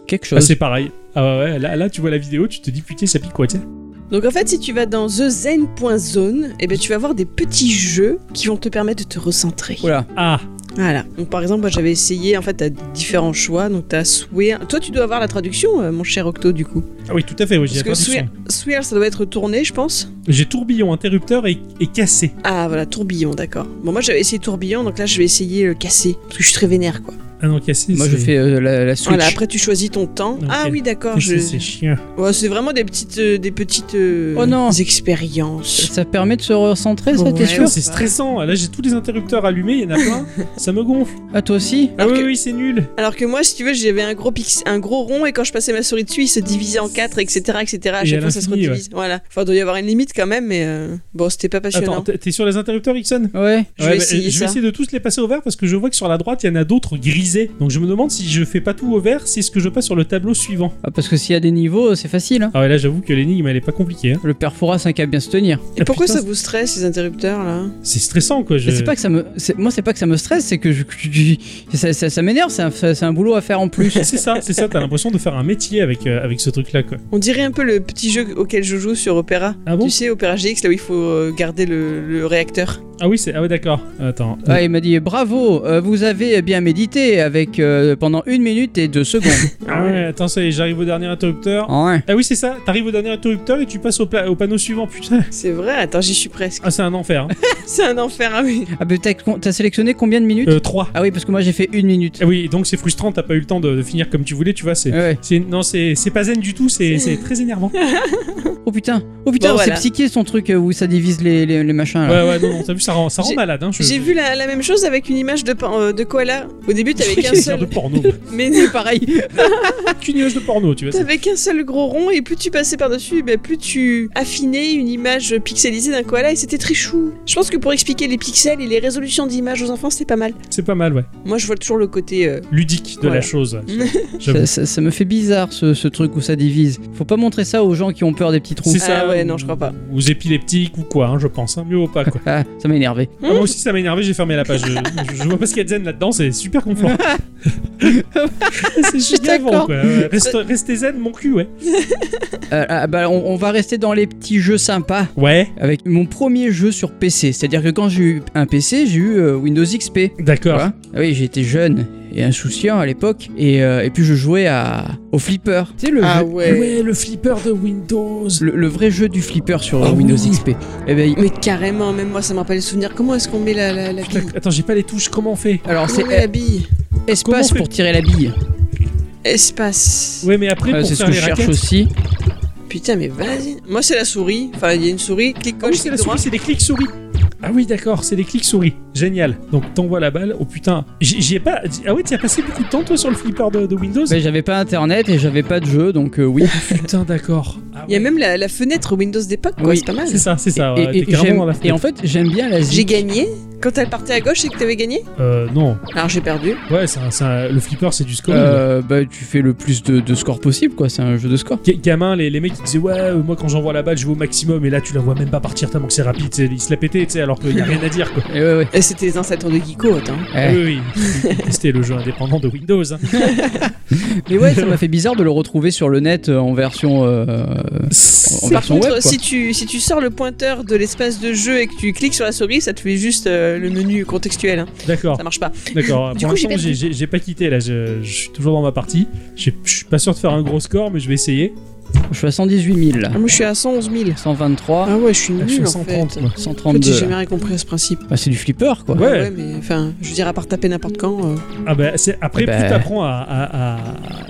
D: quelque
E: Ah,
D: chose.
E: c'est pareil. Ah ouais, ouais, là, là tu vois la vidéo, tu te dis putain ça pique quoi tiens.
B: Donc en fait, si tu vas dans thezen.zone, eh ben, tu vas voir des petits jeux qui vont te permettre de te recentrer.
D: Voilà.
E: Ah,
B: Voilà. Donc par exemple, moi j'avais essayé, en fait, t'as différents choix. Donc t'as Swear. Toi, tu dois avoir la traduction, euh, mon cher Octo, du coup.
E: ah oui, tout à fait, oui, j'ai la
B: Parce que Swear,
E: traduction.
B: Swear, ça doit être tourné, je pense.
E: J'ai tourbillon, interrupteur et, et cassé.
B: Ah voilà, tourbillon, d'accord. Bon, moi j'avais essayé tourbillon, donc là je vais essayer le casser. Parce que je suis très vénère, quoi.
E: Ah non, cassé,
D: Moi, je
E: c'est-
D: fais euh, la, la Switch.
B: Voilà, après tu choisis ton temps.
E: Ok.
B: Ah oui, d'accord.
E: Cassé,
B: je-
E: C'est chiant.
B: Ouais, c'est vraiment des petites, euh, des petites euh,
D: Oh non.
B: expériences.
D: Ça permet de se recentrer, ça, t'es
B: Ouais,
D: sûr
B: ouais.
E: Ah C'est stressant. Là, j'ai tous les interrupteurs allumés, il y en a plein. ça me gonfle.
D: Ah, toi aussi
E: Ah
B: Alors
E: oui,
B: que-
E: oui, c'est nul.
B: Alors que moi, si tu veux, j'avais un gros pix... un gros rond et quand je passais ma souris dessus, il se divisait en quatre, etc., etc. À
E: Et à
B: chaque fois, ça se
E: l'infini,
B: redivise. Voilà. Enfin, il doit y avoir une limite quand même, mais euh, bon, c'était pas passionnant.
E: Attends, t'es t'es sur les interrupteurs, Ixon
D: Ouais.
B: je vais
E: Ouais, bah,
B: essayer
E: je
B: ça.
E: vais essayer de tous les passer au vert parce que je vois que sur la droite, il y en a d'autres grisés. Donc je me demande si je fais pas tout au vert, si ce que je passe sur le tableau suivant.
D: Ah, parce que s'il y a des niveaux, c'est facile. hein.
E: Ah ouais, là, j'avoue que l'énigme, elle est pas compliquée. hein.
D: Le perforas, c'est un qu'à bien se tenir.
B: Et pourquoi
E: Ah, putain,
B: ça vous stresse ces interrupteurs là
E: C'est stressant, quoi. Je...
D: Mais C'est pas que ça me, c'est- moi c'est pas que ça me stresse, c'est que je, je- je- ça, ça- ça m'énerve, c'est un, ça- c'est un boulot à faire en plus.
E: c'est ça, c'est ça. T'as l'impression de faire un métier avec, euh, avec ce truc-là, quoi.
B: On dirait un peu le petit jeu auquel je joue sur Opera.
E: Ah bon
B: tu sais, Opera GX, là où il faut euh, garder le, le réacteur.
E: Ah oui, c'est. Ah ouais, d'accord. Attends.
D: Ah, il m'a dit bravo, euh, vous avez bien médité avec euh, pendant une minute et deux secondes.
E: Ah ouais, attends, ça y est, j'arrive au dernier interrupteur.
D: Ah ouais.
E: Ah oui, c'est ça. T'arrives au dernier interrupteur et tu passes au, pla- au panneau suivant, putain.
B: C'est vrai, attends, j'y suis presque.
E: Ah, c'est un enfer. hein.
B: C'est un enfer, ah oui.
D: Ah, mais t'as con- t'as sélectionné combien de minutes
E: Euh, 3.
D: Ah oui, parce que moi j'ai fait une minute.
E: Ah oui, donc c'est frustrant, t'as pas eu le temps de, de finir comme tu voulais, tu vois. C'est.
B: Euh.
D: Ouais.
E: c'est- Non, c'est c'est pas zen du tout, c'est c'est très énervant.
B: Ah.
D: Oh putain, oh putain,
B: Bon,
D: c'est
B: voilà.
D: psyché son truc euh, où ça divise les, les, les machins.
E: Ouais,
D: Là.
E: ouais, non, non, t'as vu, ça rend, ça rend
B: J'ai-
E: malade. Hein, je...
B: J'ai vu la, la même chose avec une image de, pan- euh, de koala. Au début, t'avais
E: J'ai
B: qu'un
E: envie de dire de
B: seul.
E: porno.
B: Mais
D: Pareil.
E: Qu'une image de porno, tu vois. c'est-
B: T'avais qu'un seul gros rond et plus tu passais par-dessus, ben, plus tu affinais une image pixelisée d'un koala et c'était très chou. Je pense que pour expliquer les pixels et les résolutions d'images aux enfants, c'était pas mal.
E: C'est pas mal, ouais.
B: Moi, je vois toujours le côté... euh,
E: Ludique de
B: Voilà.
E: la chose. J'avoue.
D: Ça, ça- ça me fait bizarre ce, ce truc où ça divise. Faut pas montrer ça aux gens qui ont peur des petits trous.
E: C'est ça.
B: Ah ouais,
E: ou-
B: non, je crois pas.
E: Ou épileptique ou quoi, hein, je pense. hein. Mieux vaut pas, quoi.
D: Ah, ça m'a énervé.
E: Ah, moi aussi, ça m'a énervé, j'ai fermé la page. Je, je- je vois pas ce qu'il y a de zen là-dedans, c'est super confort. c'est juste avant,
D: d'accord.
E: quoi. ouais. Reste- restez zen, mon cul, ouais.
D: Euh, ah, bah, on- on va rester dans les petits jeux sympas.
E: Ouais,
D: avec mon premier jeu sur PC. C'est-à-dire que quand j'ai eu un PC, j'ai eu euh, Windows XP. tu
E: d'accord.
D: vois. Ah oui, j'étais jeune et insouciant à l'époque. Et, euh, et puis je jouais à, au flipper. Tu sais, le,
B: Ah
D: jeu-
B: ouais.
E: le flipper de Windows.
D: le, le vrai jeu du flipper sur
E: Ah
D: euh, Windows XP. Eh ben, il-
B: Mais carrément, même moi, ça me rappelle les souvenirs. Comment est-ce qu'on met la, la, la
E: Putain,
B: bille
E: attends, j'ai pas les touches, comment on fait
D: alors
B: Comment
D: c'est
B: on
E: euh,
B: met la bille
D: e- espace
E: Comment on fait
D: pour tirer la bille.
B: Espace.
E: Ouais, mais après,
D: Euh,
E: pour
D: c'est ce
E: faire
D: que
E: les
D: je cherche
E: raquettes.
D: aussi.
B: Putain, mais vas-y. Moi, c'est la souris. Enfin, il y a une souris. Clic
E: Ah
B: gauche,
E: oui, c'est
B: clic
E: la
B: droit.
E: souris, c'est des clics souris. Ah oui, d'accord, c'est des clics souris. Génial. Donc, t'envoies la balle. Oh putain, j'y j'y ai pas. Ah ouais, t'y as passé beaucoup de temps, toi, sur le flipper de, de Windows
D: Mais Ben, j'avais pas internet et j'avais pas de jeu, donc euh, oui.
E: Putain, d'accord. Ah
B: Il y a
E: ouais.
B: même la, la fenêtre Windows d'époque, quoi.
D: Oui,
B: c'est pas mal.
E: C'est ça, c'est ça.
D: et,
E: ouais,
D: et-
E: t'es
D: et
E: carrément
D: j'aime-
E: dans la
D: et en fait, j'aime bien la
B: J'ai
D: zik.
B: gagné quand elle partait à gauche et que t'avais gagné
E: Euh, non.
B: Alors, j'ai perdu.
E: Ouais, c'est un- c'est un- le flipper, c'est du score.
D: Euh, bah, tu fais le plus de, de score possible, quoi. C'est un jeu de score.
E: Ga- Gamin, les, les mecs ils disaient ouais, euh, moi quand j'envoie la balle, je vais au maximum, et là tu la vois même pas partir tellement que c'est rapide, c'est- il se l'a pété, tu sais, alors qu'il y a rien à dire quoi.
D: Et ouais, ouais.
B: Et Euh, C'était les ancêtres de hein. Geeko, attends.
D: Eh.
E: Oui, oui, c'était le jeu indépendant de Windows. hein.
D: Mais ouais, ça m'a fait bizarre de le retrouver sur le net euh, en version. euh, en
B: Par
D: version
B: contre,
D: web. quoi.
B: si, tu, si tu sors le pointeur de l'espace de jeu et que tu cliques sur la souris, ça te fait juste euh, le menu contextuel. hein.
E: D'accord,
B: Ça marche pas.
E: d'accord.
B: Du
E: Pour
B: coup, j'ai
E: l'instant, j'ai-
B: perdu.
E: j'ai j'ai pas quitté là, je, je suis toujours dans ma partie. J'ai- Je suis pas sûr de faire un gros score, mais je vais essayer.
D: Je suis à 118 000 là.
B: Ah, moi, je suis à 111 000.
D: 123,
B: Ah ouais, je suis
E: je suis
B: nul
E: à
B: en
E: 130.
B: fait.
E: moi.
B: En fait, j'ai
D: 132.
B: jamais
D: là.
B: rien compris à ce principe.
D: Bah, c'est du flipper quoi.
E: Ouais.
B: mais enfin, je veux dire, à part taper n'importe quand. euh,
E: Ah bah, c'est- après,
D: Eh ben.
E: plus t'apprends à, à- à-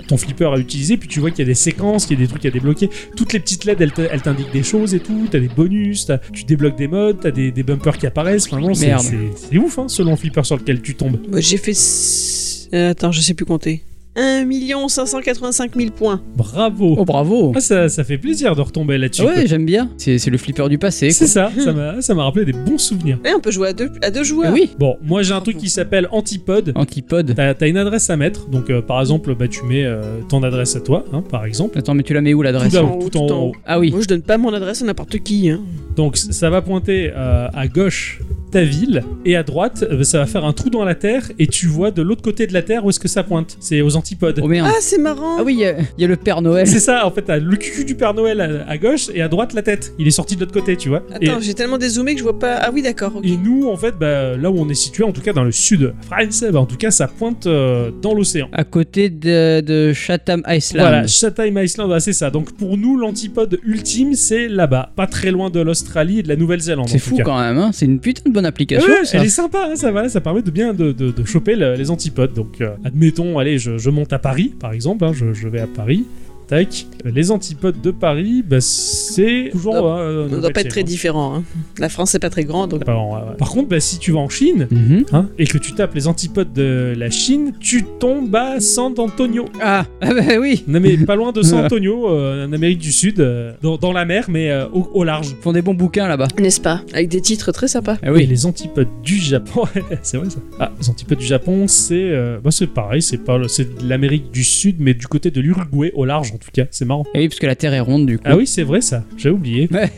E: ton flipper à utiliser, puis tu vois qu'il y a des séquences, qu'il y a des trucs à débloquer. Toutes les petites LED, elles te- elles t'indiquent des choses et tout. T'as des bonus, t'as- tu débloques des modes, t'as des, des bumpers qui apparaissent. Enfin, non, c'est
D: Merde.
E: c'est- c'est ouf, hein, selon le flipper sur lequel tu tombes.
B: moi, bah, j'ai fait. s- euh, attends, je sais plus compter. 1 585 000 points.
E: Bravo
D: Oh bravo.
E: Ah, ça, ça fait plaisir de retomber là-dessus.
D: Ah ouais, j'aime bien. C'est c'est le flipper du passé.
E: c'est ça, ça m'a- ça m'a rappelé des bons souvenirs.
B: Et Eh, on peut jouer à deux, à deux
D: quoi.
B: joueurs.
D: Eh Oui.
E: Bon, moi j'ai un truc qui s'appelle Antipode.
D: Antipode.
E: T'as t'as une adresse à mettre, donc euh, par exemple, bah, tu mets euh, ton adresse à toi, hein, par exemple.
D: Attends, mais tu la mets où l'adresse
E: Tout en
B: en
E: haut,
B: haut,
E: tout en
B: tout en
E: haut.
B: haut.
D: Ah oui.
B: Moi, je donne pas mon adresse à n'importe qui. Hein.
E: Donc ça va pointer euh, à gauche ta ville, et à droite, euh, ça va faire un trou dans la terre, et tu vois de l'autre côté de la terre où est-ce que ça pointe. C'est aux antipodes.
D: Oh merde.
B: Ah, c'est marrant.
D: Ah oui, il y, a- il y a le Père Noël.
E: C'est ça, en fait, t'as le cucu du Père Noël à, à gauche et à droite la tête. Il est sorti de l'autre côté, tu vois. Et-
B: Attends, j'ai tellement dézoomé que je vois pas. Ah oui, d'accord. ok.
E: Et nous, en fait, bah, là où on est situé, en tout cas dans le sud de la France, bah, en tout cas, ça pointe euh, dans l'océan.
D: À côté de, de Chatham Island.
E: Voilà, Chatham Island, bah, c'est ça. Donc pour nous, l'antipode ultime, c'est là-bas, pas très loin de l'Australie et de la Nouvelle-Zélande. en
D: C'est
E: tout
D: fou
E: cas.
D: quand même, hein. c'est une putain de bonne
E: Ouais,
D: application. Ah.
E: ouais,
D: ça.
E: elle est sympa, hein, ça, voilà, ça permet de bien de, de- de choper le- les antipodes. Donc, euh, admettons, allez, je, je monte à Paris, par exemple, hein, je, je vais à Paris. Tac. Euh, Les antipodes de Paris, bah, c'est toujours.
B: Hop.
E: euh,
B: On doit pas être très
E: Nouvelle-Zélande.
B: différent. hein. La France c'est pas très grande, donc
E: Pas en- ouais, ouais. Par contre, bah, si tu vas en Chine,
D: Mhm.
E: hein, et que tu tapes les antipodes de la Chine, tu tombes à San Antonio.
D: Ah, ah bah oui
E: Non mais pas loin de San Antonio, euh, en Amérique du Sud, euh, dans, dans la mer, mais euh, au, au large.
D: Ils font des bons bouquins là-bas.
B: n'est-ce pas Avec des titres très sympas.
D: Ah
E: Et
D: oui.
E: les antipodes du Japon, c'est vrai ça. Ah, les antipodes du Japon, c'est euh, bah, c'est pareil, c'est pas c'est de l'Amérique du Sud, mais du côté de l'Uruguay, au large en tout cas. C'est marrant.
D: Et Ah oui, parce que la Terre est ronde du coup.
E: Ah oui, c'est vrai ça. J'ai oublié.
D: Ouais.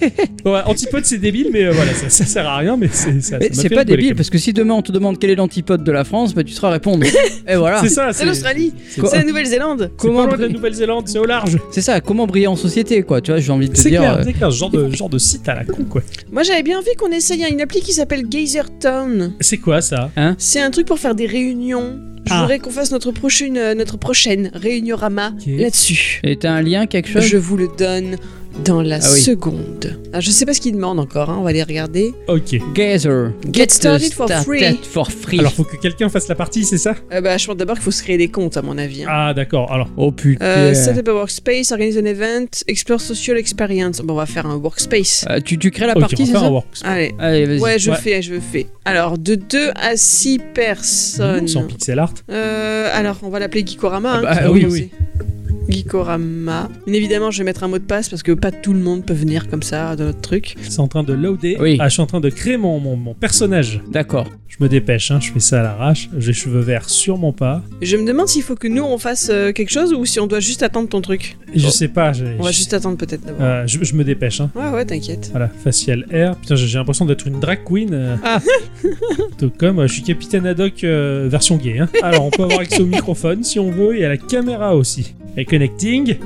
E: Bon, ouais, antipodes, c'est débile, mais euh, voilà, ça, ça sert à rien, mais c'est ça. ça
D: Mais
E: m'a
D: c'est
E: fait
D: pas
E: rigoler,
D: débile
E: quand même.
D: parce que si demain on te demande quel est l'antipode de la France, bah tu seras à répondre. Et voilà.
E: C'est ça.
B: C'est l'Australie,
E: c'est-
B: c'est la Nouvelle-Zélande.
E: C'est pas
D: Comment
E: loin de la
D: bri-
E: Nouvelle-Zélande, c'est au large.
D: C'est ça, comment briller en société quoi, tu vois, j'ai envie de te
E: C'est
D: dire.
E: clair,
D: euh,
E: c'est clair, ce genre de, genre de site à la con quoi.
B: Moi j'avais bien envie qu'on essaye une appli qui s'appelle Geyser Town.
E: C'est quoi ça
B: C'est un truc pour faire des réunions. Je
E: Ah.
B: voudrais qu'on fasse notre prochaine, euh, notre prochaine réuniorama là-dessus.
D: Et t'as un lien, quelque
E: Bah,
D: chose
B: Je vous le donne dans la
D: Ah oui.
B: seconde. Ah, je sais pas ce qu'il demande encore, hein, on va aller regarder.
E: Ok.
D: Gather.
B: Get started for
D: started
B: free.
D: for free.
E: Alors faut que quelqu'un fasse la partie, c'est ça
B: Euh, bah, je pense d'abord qu'il faut se créer des comptes, à mon avis. hein.
E: Ah d'accord. Alors
D: Oh putain.
B: Euh, set up a workspace, organise an event, explore social experience. Bon, on va faire un workspace.
D: Euh, tu, tu crées la
E: ok,
D: partie,
E: on va
D: c'est
E: faire un
D: ça
E: works.
B: Allez.
D: Allez, vas-y.
B: Ouais, je
E: Ouais.
B: fais, je fais. Alors, de 2 à 6 personnes.
E: Sans pixel art.
B: Euh, alors, on va l'appeler Gikorama. hein,
D: Ah bah,
B: pour
D: oui,
B: commencer. Gikorama. Bien évidemment, je vais mettre un mot de passe parce que pas tout le monde peut venir comme ça dans notre truc.
E: C'est en train de loader.
D: Oui.
E: Ah, je suis en train de créer mon, mon, mon personnage.
D: D'accord.
E: Je me dépêche, hein, je fais ça à l'arrache. J'ai cheveux verts, sûrement pas.
B: Je me demande s'il faut que nous on fasse euh, quelque chose ou si on doit juste attendre ton truc.
E: Et Je sais pas. j'ai-
B: On va
E: je-
B: juste attendre peut-être d'abord.
E: euh, je, je me dépêche. Hein.
B: Ouais, ouais, t'inquiète.
E: Voilà, facial air. Putain, j'ai j'ai l'impression d'être une drag queen. euh.
D: Ah.
E: Tout comme euh, je suis capitaine Haddock euh, version gay. hein. Alors, on peut avoir accès au microphone si on veut et à la caméra aussi. Et connecting.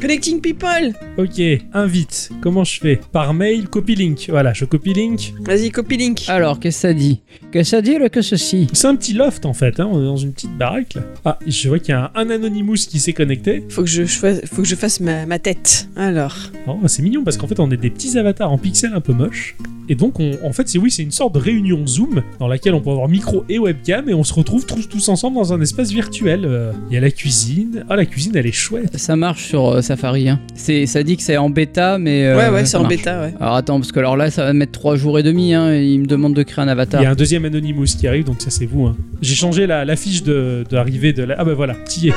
B: Connecting people
E: Ok, invite. Comment je fais Par mail, copy link. Voilà, je copy link.
B: Vas-y, copy link.
D: Alors, qu'est-ce que ça dit Que ça dit le que ceci
E: C'est un petit loft en fait, hein, on est dans une petite baraque là. Ah, je vois qu'il y a un, un Anonymous qui s'est connecté.
B: Faut que je, je fasse, faut que je fasse ma, ma tête. Alors.
E: Oh, c'est mignon parce qu'en fait on est des petits avatars en pixels un peu moches. Et donc on- en fait c'est oui c'est une sorte de réunion Zoom dans laquelle on peut avoir micro et webcam et on se retrouve tous, tous ensemble dans un espace virtuel. Euh, Il y a la cuisine. Ah la cuisine elle est chouette.
D: Ça marche sur euh, Safari. Hein. C'est, ça dit que c'est en bêta, mais. euh,
B: ouais, ouais, c'est
D: ça
B: en
D: marche.
B: bêta, ouais.
D: Alors attends, parce que alors là, ça va mettre 3 jours et demi. Hein, et il me demande de créer un
E: Il
D: avatar.
E: y a un deuxième Anonymous qui arrive donc ça c'est vous. hein. J'ai changé la, la fiche de d'arrivée de, la... Ah bah voilà, t'y es.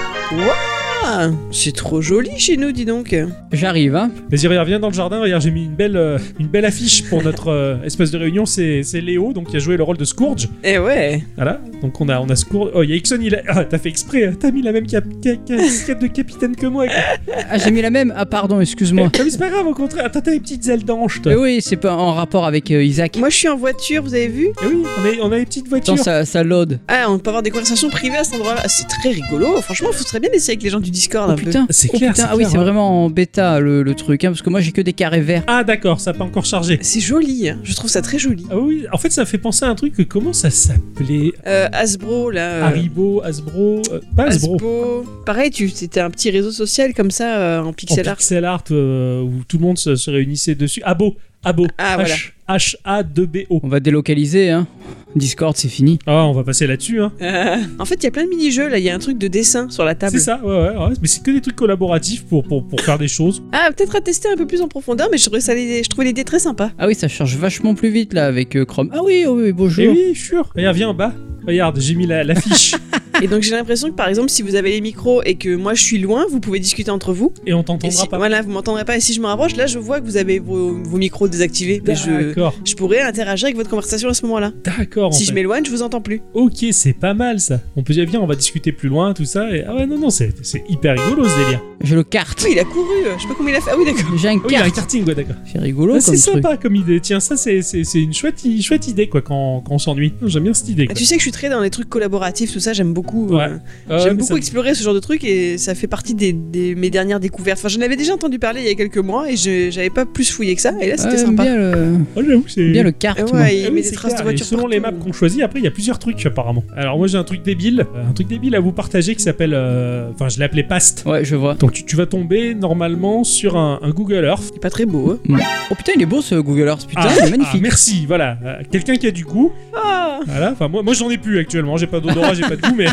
B: Ah, c'est trop joli chez nous, dis donc.
D: J'arrive, hein.
E: Vas-y regarde viens dans le jardin, regarde j'ai mis une belle, euh, une belle affiche pour notre euh, espace de réunion. C'est c'est Léo donc qui a joué le rôle de Scourge.
B: Eh ouais.
E: Voilà, donc on a, on a ce cours. Oh, il y a Ixon, il a. Ah, t'as fait exprès, hein. t'as mis la même cap- ca- ca- casquette de capitaine que moi. quoi.
D: Ah, j'ai mis la même. Ah, pardon, excuse-moi.
E: Ah, mais c'est pas grave, au contraire. Attends, t'as les petites ailes d'ange, toi.
D: Mais oui, c'est pas en rapport avec euh, Isaac.
B: Moi, je suis en voiture, vous avez vu
E: Eh oui, on a, on a les petites voitures.
D: Attends, ça, ça load.
B: Ah, on peut avoir des conversations privées à cet endroit-là. Ah, C'est très rigolo. Franchement, faut très bien essayer avec les gens du Discord
D: Oh
B: un
D: putain,
E: C'est
D: oh,
E: clair,
D: putain.
E: c'est
D: ah oui,
E: clair,
D: c'est
E: hein.
D: vraiment en bêta le, le truc, hein, parce que moi j'ai que des carrés verts.
E: Ah, d'accord, ça n'a pas encore chargé.
B: peu. C'est joli, hein. je trouve ça très joli.
E: Ah oui, en fait, ça fait penser à un truc. que- Comment ça s'appelait
B: Euh, Hasbro, là. euh,
E: Haribo, Hasbro. euh, pas Ah Hasbro.
B: Hasbro. Pareil, tu c'était un petit réseau social comme ça euh, en
E: En
B: pixel art.
E: pixel art, euh, où tout le monde se, se réunissait dessus. Abo, Abo.
B: Ah, voilà.
E: H-A-2-B-O.
D: On va délocaliser, hein. Discord, c'est fini.
E: Ah, on va passer là-dessus, hein.
B: Euh, en fait, il y a plein de mini-jeux là. Il y a un truc de dessin sur la table.
E: C'est ça, ouais, ouais, ouais. Mais c'est que des trucs collaboratifs pour, pour, pour faire des choses.
B: Ah, peut-être à tester un peu plus en profondeur, mais je trouvais, ça l'idée- je trouvais l'idée très sympa.
D: Ah oui, ça charge vachement plus vite là avec euh, Chrome. Ah oui, oh oui,
E: Et
D: bonjour.
E: oui, sûr. Regarde, viens en bas. Regarde, j'ai mis la- l'affiche
B: Et donc j'ai l'impression que par exemple, si vous avez les micros et que moi je suis loin, vous pouvez discuter entre vous.
E: et on
B: Et
E: t'entendra
B: si,
E: pas.
B: voilà, vous m'entendrez pas. Et si je me rapproche, là je vois que vous avez vos, vos micros désactivés.
E: Bah,
B: Mais je,
E: D'accord,
B: je pourrais interagir avec votre conversation à ce moment-là.
E: d'accord. en
B: Si
E: fait.
B: je m'éloigne, je vous entends plus.
E: Ok, c'est pas mal ça. On peut dire, viens, on va discuter plus loin, tout ça. Et... Ah ouais, non, non, c'est c'est hyper rigolo ce délire.
D: J'ai le carte.
B: Oui, il a couru. Je sais pas combien il a fait. Ah oui, d'accord.
D: J'ai un
E: Oui, il y a un
D: carte.
E: karting, ouais, d'accord.
D: C'est rigolo
E: Ah,
D: comme
E: c'est
D: truc.
E: sympa comme idée. Tiens, ça, c'est c'est- c'est une chouette, i- chouette idée, quoi, quand, quand on s'ennuie. J'aime bien cette idée,
B: Ah,
E: quoi.
B: tu sais que je suis très dans les trucs collaboratifs, tout ça, j'aime beaucoup.
E: Ouais.
B: euh,
E: Ah,
B: J'aime
E: mais
B: beaucoup
E: ça-
B: explorer ce genre de trucs et ça fait partie des, des- mes dernières découvertes. Enfin, j'en avais déjà entendu parler il y a quelques mois et je- j'avais pas plus fouillé que ça. Et là, c'était
D: Ouais,
B: sympa.
D: bien le,
E: Ah, j'avoue, c'est.
D: bien le carte.
B: Ah
D: moi.
B: ouais,
E: Ah
B: il
E: oui,
B: met
E: c'est
B: des traces
E: clair,
B: de
E: et
B: voiture
E: Selon les maps
B: partout.
E: qu'on choisit, après il y a plusieurs trucs apparemment. Alors moi j'ai un truc débile, euh, un truc débile à vous partager qui s'appelle, euh, enfin je l'appelais Past.
D: Ouais, je vois.
E: Donc tu, tu vas tomber normalement sur un, un Google Earth.
B: C'est pas très beau. hein.
D: Oh putain, il est beau ce Google Earth, putain, il est
E: ah,
D: magnifique.
E: merci, voilà, Euh, quelqu'un qui a du goût.
B: Ah
E: Voilà, enfin moi, moi j'en ai plus actuellement, j'ai pas d'odorat, j'ai pas de goût, mais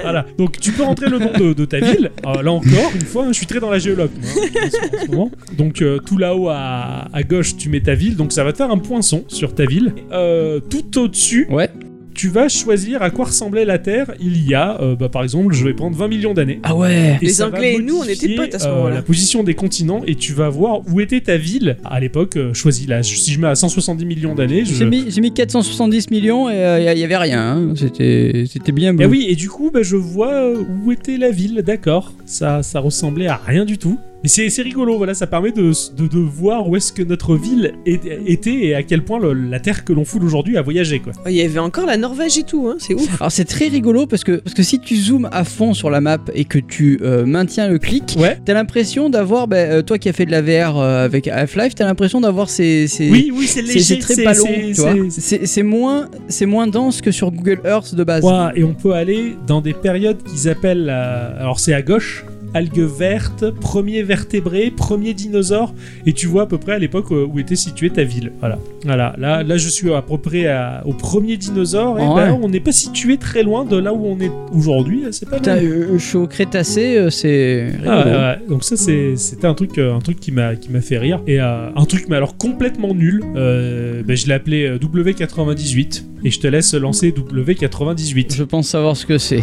E: voilà. Donc tu peux rentrer le nom de, de ta ville. Euh, là encore, une fois, je suis très dans la géologue. moi, hein, en ce- en ce moment. Donc euh, tout là-haut à, à gauche, tu mets ta ville, donc ça va te faire un poinçon sur ta ville. Euh, tout au-dessus,
D: Ouais.
E: tu vas choisir à quoi ressemblait la Terre il y a, euh, bah, par exemple, je vais prendre 20 millions d'années.
D: Ah ouais.
B: Les
E: ça va
B: Anglais et nous, on
E: modifier,
B: était potes à ce
E: euh,
B: moment-là.
E: La position des continents, et tu vas voir où était ta ville à l'époque euh, choisie. Là, si je mets à 170 millions d'années, je,
D: J'ai mis, j'ai mis 470 millions et il y avait rien. hein. C'était, c'était bien
E: Et
B: Mm.
D: bleu.
E: Eh oui, et du coup, bah, je vois euh, où était la ville, d'accord. Ça, ça ressemblait à rien du tout. Mais c'est c'est rigolo, voilà, ça permet de, de, de voir où est-ce que notre ville est- était et à quel point le- la terre que l'on foule aujourd'hui a voyagé, quoi.
B: Oh, Il y avait encore la Norvège et tout, hein, c'est ouf.
D: Alors c'est très rigolo parce que, parce que si tu zoomes à fond sur la map et que tu euh, maintiens le clic,
E: Ouais.
D: t'as l'impression d'avoir, bah, euh, toi qui as fait de la VR euh, avec Half-Life, t'as l'impression d'avoir ces... ces-
E: Oui, oui,
D: ces-
E: c'est léger,
D: ces traits ballons, tu vois.
E: c'est-
D: C'est c'est moins, c'est moins dense que sur Google Earth de base.
E: Ouah, et on peut aller dans des périodes qu'ils appellent, euh, alors c'est à gauche, algues vertes, premier vertébré, premier dinosaure, et tu vois à peu près à l'époque euh, où était située ta ville. Voilà. Voilà. Là, là, je suis à peu près à- au premier dinosaure. Et
D: Ouais.
E: ben, on n'est pas situé très loin de là où on est aujourd'hui. hein, C'est pas
D: Putain,
E: mal.
D: euh, je suis au Crétacé, euh, c'est...
E: Ah,
D: rigolo.
E: ouais, ouais. Donc ça c'est- c'était un truc euh, un truc qui m'a qui m'a fait rire et euh, un truc mais alors complètement nul. Euh, ben, je l'ai appelé euh, W98 et je te laisse lancer W98.
D: Je pense savoir ce que c'est.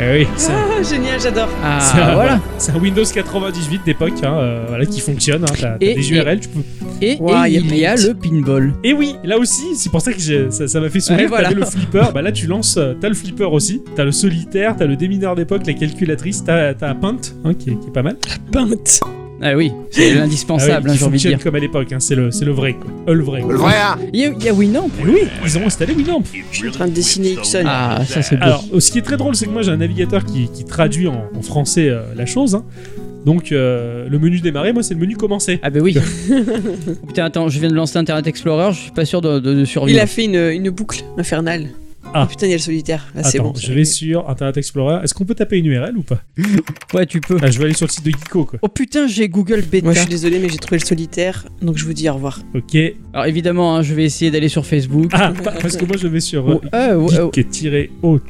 E: Eh oui, ça-
B: Ah, génial, j'adore.
D: Ah,
E: Ça,
D: voilà.
E: C'est un Windows 98 d'époque, hein, euh, voilà, qui fonctionne. hein, t'as, t'as
D: Et-
E: des
D: et-
E: URL, tu peux.
D: Et, et
B: Ouah, y a
D: il y a
B: plein de-
D: le pinball.
E: Et oui, là aussi, c'est pour ça que j'ai- ça, ça m'a fait sourire.
D: Ouais, voilà.
E: T'avais le flipper, bah là tu lances, euh, t'as le flipper aussi, t'as le solitaire, t'as le démineur d'époque, la calculatrice, t'as, t'as Paint, hein, qui, est, qui est pas mal.
B: Peinte.
D: Ah oui, c'est
E: Ah
D: l'indispensable,
E: ouais,
D: hein,
E: qui
D: j'ai envie de
E: fonctionne
D: dire.
E: comme à l'époque, hein, c'est, le, c'est le vrai, quoi. Euh, Le vrai. quoi.
H: hein.
D: Il y a, il y a Winamp.
E: Et oui, ils ont installé Winamp.
B: Je suis en train de dessiner Ixon.
D: Ah, ça c'est beau.
E: Alors, euh, ce qui est très drôle, c'est que moi j'ai un navigateur qui, qui traduit en, en français euh, la chose. hein. Donc, euh, le menu démarrer, moi c'est le menu commencer.
D: Ah bah oui. Oh putain, attends, je viens de lancer Internet Explorer, je suis pas sûr de, de- de
B: Il
D: survivre.
B: a fait une, une boucle infernale.
E: Ah.
B: Ah putain, il y a le solitaire. Là, c'est
E: Attends,
B: bon.
E: je vais sur Internet Explorer. Est-ce qu'on peut taper une URL ou pas
D: Ouais, tu peux.
E: Ah, je vais aller sur le site de Geeko, quoi.
D: Oh putain, j'ai Google Beta.
B: Moi, je suis désolé, mais j'ai trouvé le solitaire, donc je vous dis au revoir.
E: Ok.
D: Alors évidemment, hein, je vais essayer d'aller sur Facebook.
E: Ah, pa- parce que moi, je vais sur euh,
D: Oh, euh, ouais, ouais.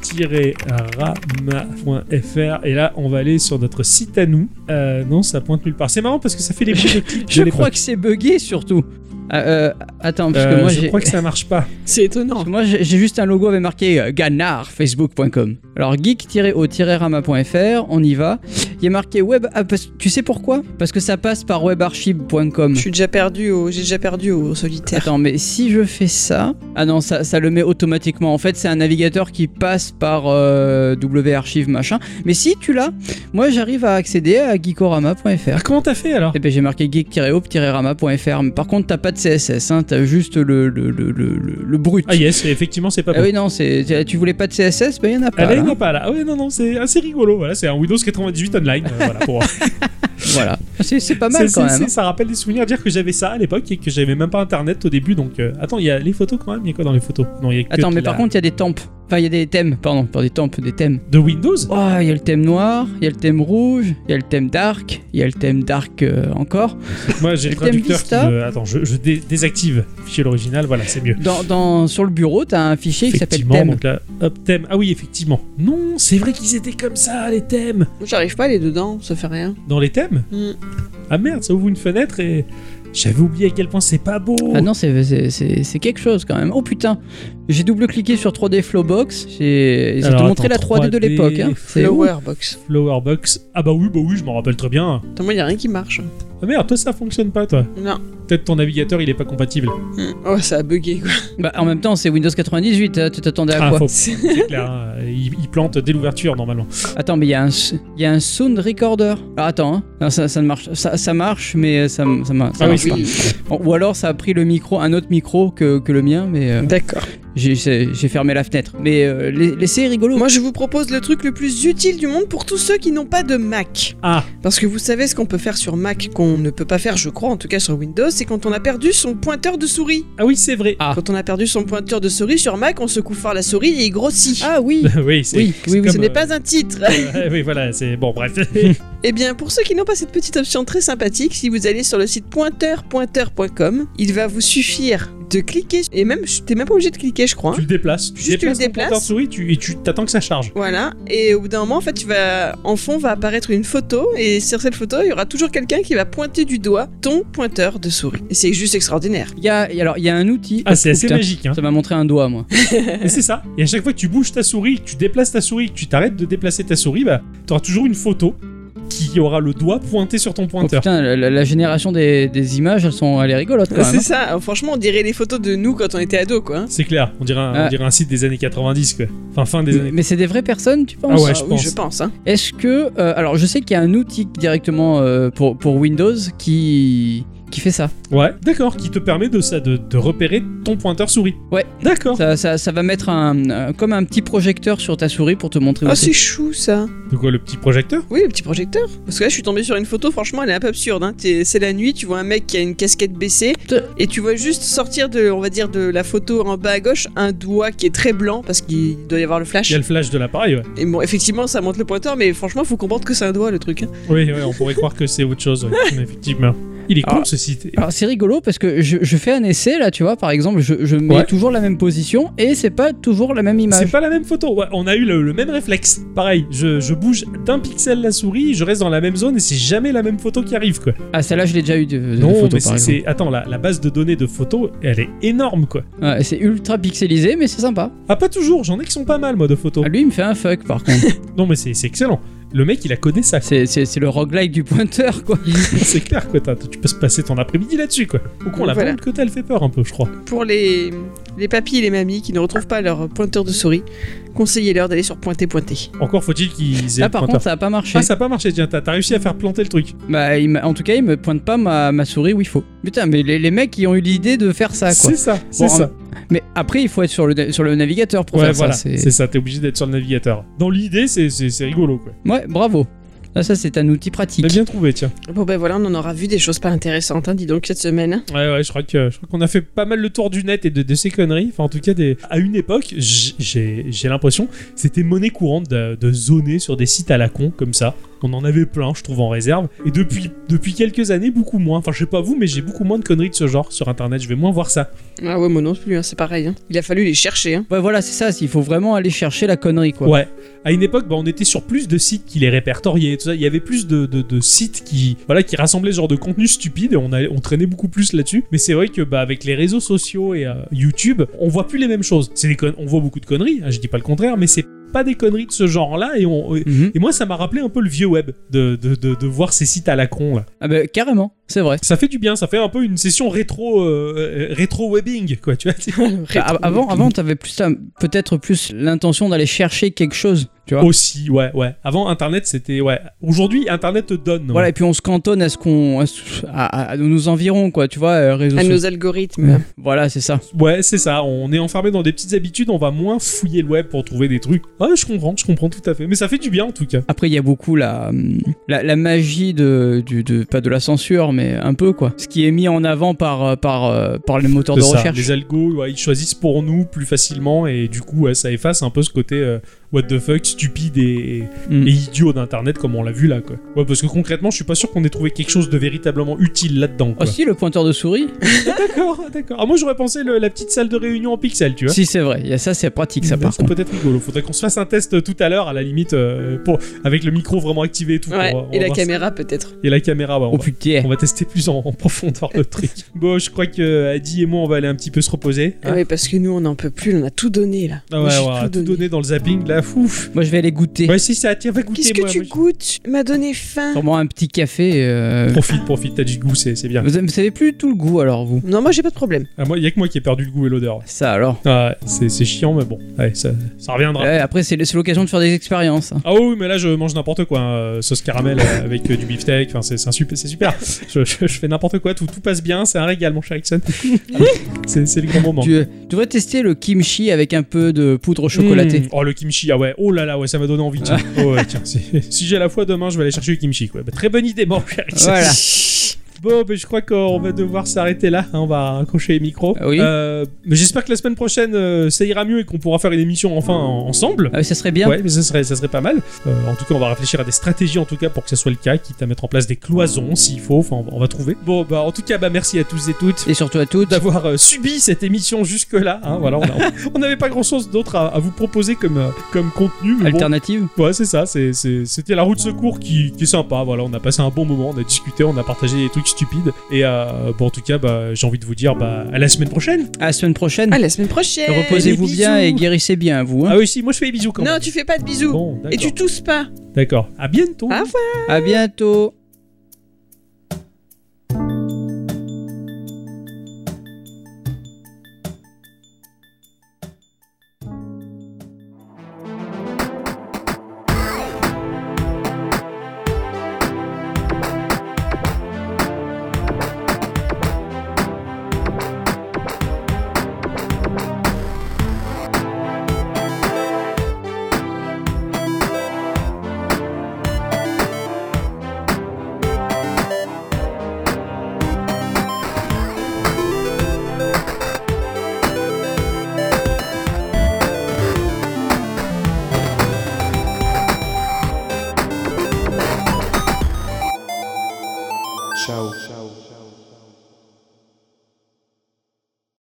E: geek-o-rama.fr et là, on va aller sur notre site à nous. Euh, non, ça pointe nulle part. C'est marrant parce que ça fait les bruits de clics de
D: je
E: l'époque.
D: crois que c'est buggé surtout. Ah, euh, attends, parce que
E: Euh,
D: moi
E: je
D: j'ai.
E: crois que ça marche pas.
B: C'est
D: parce
B: étonnant.
D: que Moi j'ai j'ai juste un logo avec marqué euh, Ganar, facebook.com. Alors geek-o-rama.fr, on y va. Il y a marqué web. ah, parce- tu sais pourquoi Parce que ça passe par webarchive.com.
B: Je suis déjà perdu au, j'ai déjà perdu au solitaire.
D: Attends, mais si je fais ça. Ah non, ça, ça le met automatiquement. En fait, c'est un navigateur qui passe par euh, WArchive machin. Mais si tu l'as, moi j'arrive à accéder à
E: Ah,
D: geekorama.fr.
E: comment t'as fait alors
D: Et ben j'ai marqué geek-op-rama.fr. Mais Par contre, t'as pas de CSS, hein, t'as juste le, le, le, le, le- le brut.
E: Ah, yes, effectivement, c'est pas
D: Ah
E: bon.
D: oui, non, c'est- tu voulais pas de CSS, ben y en a pas.
E: Ah là, il n'y
D: là.
E: a pas là. Ah ouais, non, non, c'est assez rigolo. Voilà, c'est un Windows 98 online. euh, voilà, pour...
D: Voilà. C'est c'est pas
E: Ça-
D: mal
E: ça-
D: quand
E: ça-
D: même. hein.
E: Ça rappelle des souvenirs, dire que j'avais ça à l'époque et que j'avais même pas internet au début. Donc, euh, attends, il y a les photos quand même. Il y a quoi dans les photos Non, il y a que
D: hein. Attends,
E: de
D: mais
E: la-
D: par contre, il y a des tempes. Enfin, il y a des thèmes, pardon, pas des tempes, des thèmes.
E: de Windows.
D: Oh, il y a le thème noir, il y a le thème rouge, il y a le thème dark, il y a le thème dark euh, encore.
E: Moi, j'ai le
D: Thème
E: traducteur qui
D: Vista.
E: me... Attends, je, je dé- désactive fichier l'original. Voilà, c'est mieux.
D: Dans, dans- sur le bureau, t'as un fichier qui s'appelle
E: Effectivement,
D: thème.
E: donc là, hop, thème. Ah oui, effectivement. Non, c'est vrai qu'ils étaient comme ça, les thèmes.
B: J'arrive pas à aller dedans, ça fait rien.
D: Mm.
E: Dans les thèmes
B: Hmm.
E: Ah merde, ça ouvre une fenêtre et j'avais oublié à quel point c'est pas beau.
D: Ah non, c'est- c'est c'est- c'est quelque chose quand même. Oh putain, j'ai double-cliqué sur 3D Flowbox. J'ai j'ai te
E: Alors,
D: montré
E: attends,
D: la 3D, de
E: 3D
D: l'époque. hein. C'est ouf.
B: Flower Box.
E: Flowerbox. Ah bah oui, bah oui, je m'en rappelle très bien.
B: Attends, moi, il a rien qui marche.
E: Ah merde, toi ça fonctionne pas, toi.
B: Non.
E: Peut-être ton navigateur il est pas compatible.
B: Hmm. Oh, ça a bugué, quoi.
D: Bah, en même temps, c'est Windows 98. hein, Tu t'attendais à
E: Ah,
D: quoi
B: Oh.
E: faut- c'est clair. hein. Il, il plante dès l'ouverture normalement.
D: Attends, mais il y, a un s- il y a un sound recorder. Alors attends, hein. Non, ça, ça ne marche, ça, ça marche, mais euh, ça, m- ça, m- ça
E: Ah oui,
D: marche
E: c'est
D: pas. Ou alors ça a pris le micro, un autre micro que, que le mien, mais euh,
B: D'accord.
D: j'ai- j'ai j'ai fermé la fenêtre. Mais euh, les- l'essai est rigolo.
B: Moi, je vous propose le truc le plus utile du monde pour tous ceux qui n'ont pas de Mac.
E: Ah.
B: Parce que vous savez ce qu'on peut faire sur Mac qu'on ne peut pas faire, je crois, en tout cas sur Windows, c'est quand on a perdu son pointeur de souris.
E: Ah oui, c'est vrai.
D: Ah.
B: Quand on a perdu son pointeur de souris sur Mac, on se foire la souris et il grossit.
D: Ah oui
E: oui, c'est.
D: Oui, oui, oui.
B: ce
E: comme,
B: n'est
E: euh,
B: pas un titre.
E: Euh, oui, voilà, c'est bon, bref.
B: Eh bien, pour ceux qui n'ont pas cette petite option très sympathique, si vous allez sur le site pointeur-pointeur.com, il va vous suffire de cliquer, et même, t'es même pas obligé de cliquer, je crois. hein.
E: tu le déplaces. Tu
B: Juste, tu le
E: déplaces ton
B: déplaces.
E: pointeur souris tu, et tu t'attends que ça charge.
B: Voilà, et au bout d'un moment, en fait, tu vas... en fond va apparaître une photo, et sur cette photo, il y aura toujours quelqu'un qui va pointer du doigt ton pointeur de souris. Et c'est juste extraordinaire.
D: Il y a, alors, il y a un outil.
E: Ah, c'est assez
D: Putain,
E: magique, hein.
D: Ça m'a montré un doigt, moi.
E: Et c'est ça. Et à chaque fois que tu bouges ta souris, que tu déplaces ta souris, que tu t'arrêtes de déplacer ta souris, bah, t'auras toujours une photo qui aura le doigt pointé sur ton
D: Oh,
E: pointeur.
D: putain, la, la- la génération des, des images, elles sont, elle est rigolote
E: Ah,
D: quand
B: C'est
D: même. hein.
B: ça, euh, franchement, on dirait les photos de nous quand on était ados, quoi. hein.
E: c'est clair, on dirait, un,
D: Ah.
E: on dirait un site des années 90, quoi. Enfin, fin des
D: hein.
E: années.
D: Mais c'est des vraies personnes, tu penses
E: Ah ouais, je
B: oui,
E: pense.
B: je pense. Hein.
D: Est-ce que. euh, alors, je sais qu'il y a un outil directement euh, pour, pour Windows qui, qui fait ça.
E: Ouais, d'accord, qui te permet de ça, de, de repérer ton pointeur souris.
D: Ouais.
E: D'accord.
D: Ça, ça- ça va mettre un, un- comme un petit projecteur sur ta souris pour te montrer
B: Ah,
D: aussi.
B: c'est chou, ça.
E: De quoi, le petit projecteur
B: Oui, le petit projecteur. Parce que là, je suis tombé sur une photo, franchement, elle est un peu absurde. hein. T'es- C'est la nuit, tu vois un mec qui a une casquette baissée,
D: Putain.
B: et tu vois juste sortir de, on va dire, de la photo en bas à gauche, un doigt qui est très blanc, parce qu'il doit y avoir le
E: Il
B: flash.
E: y a le flash de l'appareil, ouais.
B: Et bon, effectivement, ça monte le pointeur, mais franchement, faut comprendre que c'est un doigt, le truc. hein.
E: Oui, ouais, on pourrait croire que c'est autre chose, ouais. Mais effectivement. Il est con,
D: Alors-
E: ce site.
D: Alors c'est rigolo parce que je, je fais un essai là, tu vois, par exemple, je, je mets
E: Ouais.
D: toujours la même position et c'est pas toujours la même
E: C'est
D: image.
E: pas la même photo. Ouais, on a eu le, le même réflexe. Pareil, je, je bouge d'un pixel la souris, je reste dans la même zone et c'est jamais la même photo qui arrive, quoi.
D: Ah celle-là je l'ai déjà eu de, de
E: non,
D: photo par
E: mais c'est.
D: exemple.
E: c'est- Attends, la, la base de données de photos, elle est énorme, quoi.
D: Ouais, C'est ultra pixelisé mais c'est sympa.
E: Ah, pas toujours, j'en ai qui sont pas mal, moi, de photos.
D: Ah, lui il me fait un fuck par contre.
E: Non, mais c'est c'est excellent. Le mec, il a codé ça.
D: c'est c'est- c'est le roguelike du pointeur quoi.
E: C'est clair, quoi. t'as- Tu peux se passer ton après-midi là-dessus, quoi. Ou qu'on la
B: Voilà.
E: bande que t'as, elle fait peur un peu, je crois.
B: Pour les, les papis et les mamies qui ne retrouvent pas leur pointeur de souris, conseillez-leur d'aller sur pointer pointer.
E: Encore faut-il qu'ils aient
D: Là
E: le
D: par
E: pointeur.
D: contre ça a pas marché.
E: Ah, ça a pas marché, tiens, t'as t'as réussi à faire planter le truc.
D: Bah, il m'a- en tout cas il me pointe pas ma, ma souris où il faut. Putain mais les, les mecs qui ont eu l'idée de faire ça Ah, quoi.
E: C'est ça, c'est
D: en-
E: ça.
D: Mais après il faut être sur le, sur le navigateur pour
E: Ouais,
D: faire
E: voilà,
D: ça. c'est-
E: c'est ça, t'es obligé d'être sur le navigateur. Dans l'idée, c'est- c'est c'est rigolo, quoi.
D: Ouais bravo. Là, ça c'est un outil pratique.
E: T'as bien trouvé, tiens.
B: Bon, ben voilà, on en aura vu des choses pas intéressantes, hein, dis donc, cette semaine. hein.
E: Ouais, ouais, je crois que je crois qu'on a fait pas mal le tour du net et de, de ces conneries. Enfin, en tout cas, des... à une époque, j- j'ai j'ai l'impression, c'était monnaie courante de, de zoner sur des sites à la con comme ça. On en avait plein, je trouve, en réserve. Et depuis, depuis quelques années, beaucoup moins. Enfin, je sais pas vous, mais j'ai beaucoup moins de conneries de ce genre sur Internet. Je vais moins voir ça.
B: Ah ouais, moi non plus, hein, c'est pareil. hein. Il a fallu les chercher. hein.
D: Ouais, voilà, c'est ça, il faut vraiment aller chercher la connerie, quoi.
E: Ouais. À une époque, bah, on était sur plus de sites qui les répertoriaient. et Tout ça. Il y avait plus de, de- de sites qui, voilà, qui rassemblaient ce genre de contenu stupide et on, allait- on traînait beaucoup plus là-dessus. Mais c'est vrai que bah, avec les réseaux sociaux et euh, YouTube, on voit plus les mêmes choses. C'est des con- on voit beaucoup de conneries. hein, je dis pas le contraire, mais c'est pas des conneries de ce genre-là. Et, on- et
D: Mhm.
E: moi, ça m'a rappelé un peu le vieux web de, de- de- de voir ces sites à la con. Là.
D: Ah bah, carrément, c'est vrai.
E: Ça fait du bien. Ça fait un peu une session rétro, euh, euh, rétro webbing, quoi. Tu vois. c'est-
D: Bah, av- avant, avant, t'avais plus la- peut-être plus l'intention d'aller chercher quelque chose, tu vois.
E: Aussi, ouais, ouais. Avant Internet, c'était ouais. Aujourd'hui, Internet te donne. ouais.
D: Voilà, et puis on se cantonne à ce qu'on, à, ce- à- à nos environs, quoi, tu vois, euh, réseaux
B: À
D: sociaux.
B: nos algorithmes.
D: Voilà, c'est ça.
E: Ouais, c'est ça, on est enfermé dans des petites habitudes, on va moins fouiller le web pour trouver des trucs. Ouais, je comprends, je comprends tout à fait. Mais ça fait du bien en tout cas.
D: Après, il y a beaucoup la, hum, la, la magie de, du, de- pas de la censure, mais un peu quoi. Ce qui est mis en avant par, euh, par, euh, par les moteurs de
E: C'est ça.
D: recherche.
E: Les algos, ouais, ils choisissent pour nous plus facilement et du coup, ouais, ça efface un peu ce côté euh, what the fuck, stupide et,
D: Mm.
E: et idiot d'internet comme on l'a vu là. Quoi. Ouais, parce que concrètement, je suis pas sûr qu'on ait trouvé quelque chose de véritablement utile là-dedans.
D: Ah
E: quoi.
D: si, le pointeur de souris
E: D'accord, d'accord. Ah, moi j'aurais pensé le- la petite salle de réunion en pixel, tu vois.
D: Si, c'est vrai. Il y a ça, c'est pratique, ça, par
E: Ça
D: contre.
E: peut être rigolo. Faudrait qu'on se fasse un test tout à l'heure, à la limite, euh, pour, avec le micro vraiment activé et tout.
B: Ouais,
E: euh, On va- on
B: et
E: va
B: la
E: voir ça.
B: caméra peut-être.
E: Et la caméra, ouais, on,
D: Oh
E: va,
B: Eh.
D: putain.
E: on va tester plus en, en profondeur le truc. Bon, je crois que euh, Adi et moi, on va aller un petit peu se reposer.
B: Ah oui, parce que nous, on n'en peut plus, on a tout donné là.
E: Ah
B: Moi,
E: ouais,
B: j'ai
E: on a tout donné dans le zapping, là, fouf.
D: Moi, je vais aller goûter.
E: Ouais, si ça, tiens, va goûter.
B: Qu'est-ce que
E: moi,
B: tu
E: moi, je-
B: goûtes Tu m'as donné faim.
D: Sûrement un petit café. euh,
E: Profite, profite, t'as du goût, c'est c'est bien.
D: Vous vous savez plus tout le goût, alors, vous
B: Non, moi j'ai pas de problème.
E: Ah, moi, il y a que moi qui ai perdu le goût et l'odeur.
D: Ça, alors.
E: Ah, c'est c'est chiant, mais bon, ouais, ça, ça reviendra.
D: Ouais, après, c'est c'est l'occasion de faire des expériences. hein.
E: Ah oui, mais là je mange n'importe quoi, hein. Euh, sauce caramel euh, avec euh, du beefsteak, enfin c'est c'est un super, c'est super. Je, je- je fais n'importe quoi, tout, tout passe bien, c'est un régal mon cher Ixon. Ah, c'est c'est le grand moment.
D: Tu, euh, tu devrais tester le kimchi avec un peu de poudre chocolatée.
E: Mmh. Oh le kimchi, ah ouais, oh là là, ouais, ça m'a donné envie. Tiens. Oh, ouais, tiens, c'est- si j'ai la foi demain, je vais aller chercher le kimchi. Quoi. Bah, très bonne idée mon cher Ixon.
D: Voilà.
E: Bon, ben, je crois qu'on va devoir s'arrêter là. hein. On va accrocher les micros.
D: Ah oui.
E: Euh, mais j'espère que la semaine prochaine, euh, ça ira mieux et qu'on pourra faire une émission enfin en- ensemble.
D: Ah, ça serait bien.
E: Ouais, mais ça serait, ça serait pas mal. Euh, en tout cas, on va réfléchir à des stratégies en tout cas pour que ça soit le cas, quitte à mettre en place des cloisons s'il faut. Enfin, on va, on va trouver. Bon, bah en tout cas, bah merci à tous et toutes
D: Et surtout à toutes.
E: d'avoir euh, subi cette émission jusque là. voilà, on a- on n'avait pas grand chose d'autre à, à vous proposer comme euh, comme contenu. mais bon,
D: Alternative.
E: Ouais, c'est ça, c'est- c'est- c'était la route secours qui, qui est sympa, voilà, on a passé un bon moment, on a discuté, on a partagé des trucs stupides, et euh, bon, en tout cas, bah, j'ai envie de vous dire, bah, à la semaine prochaine
D: À la semaine prochaine.
B: À la semaine prochaine.
D: Reposez-vous
E: des
D: bien
E: bisous.
D: et guérissez bien, vous. hein.
E: Ah oui, si, moi je fais des bisous quand
B: Non,
E: même
B: tu Ah, fais pas de bisous.
E: Bon,
B: Et
E: d'accord,
B: tu tousses pas.
E: d'accord, à bientôt
B: Au revoir.
D: À bientôt.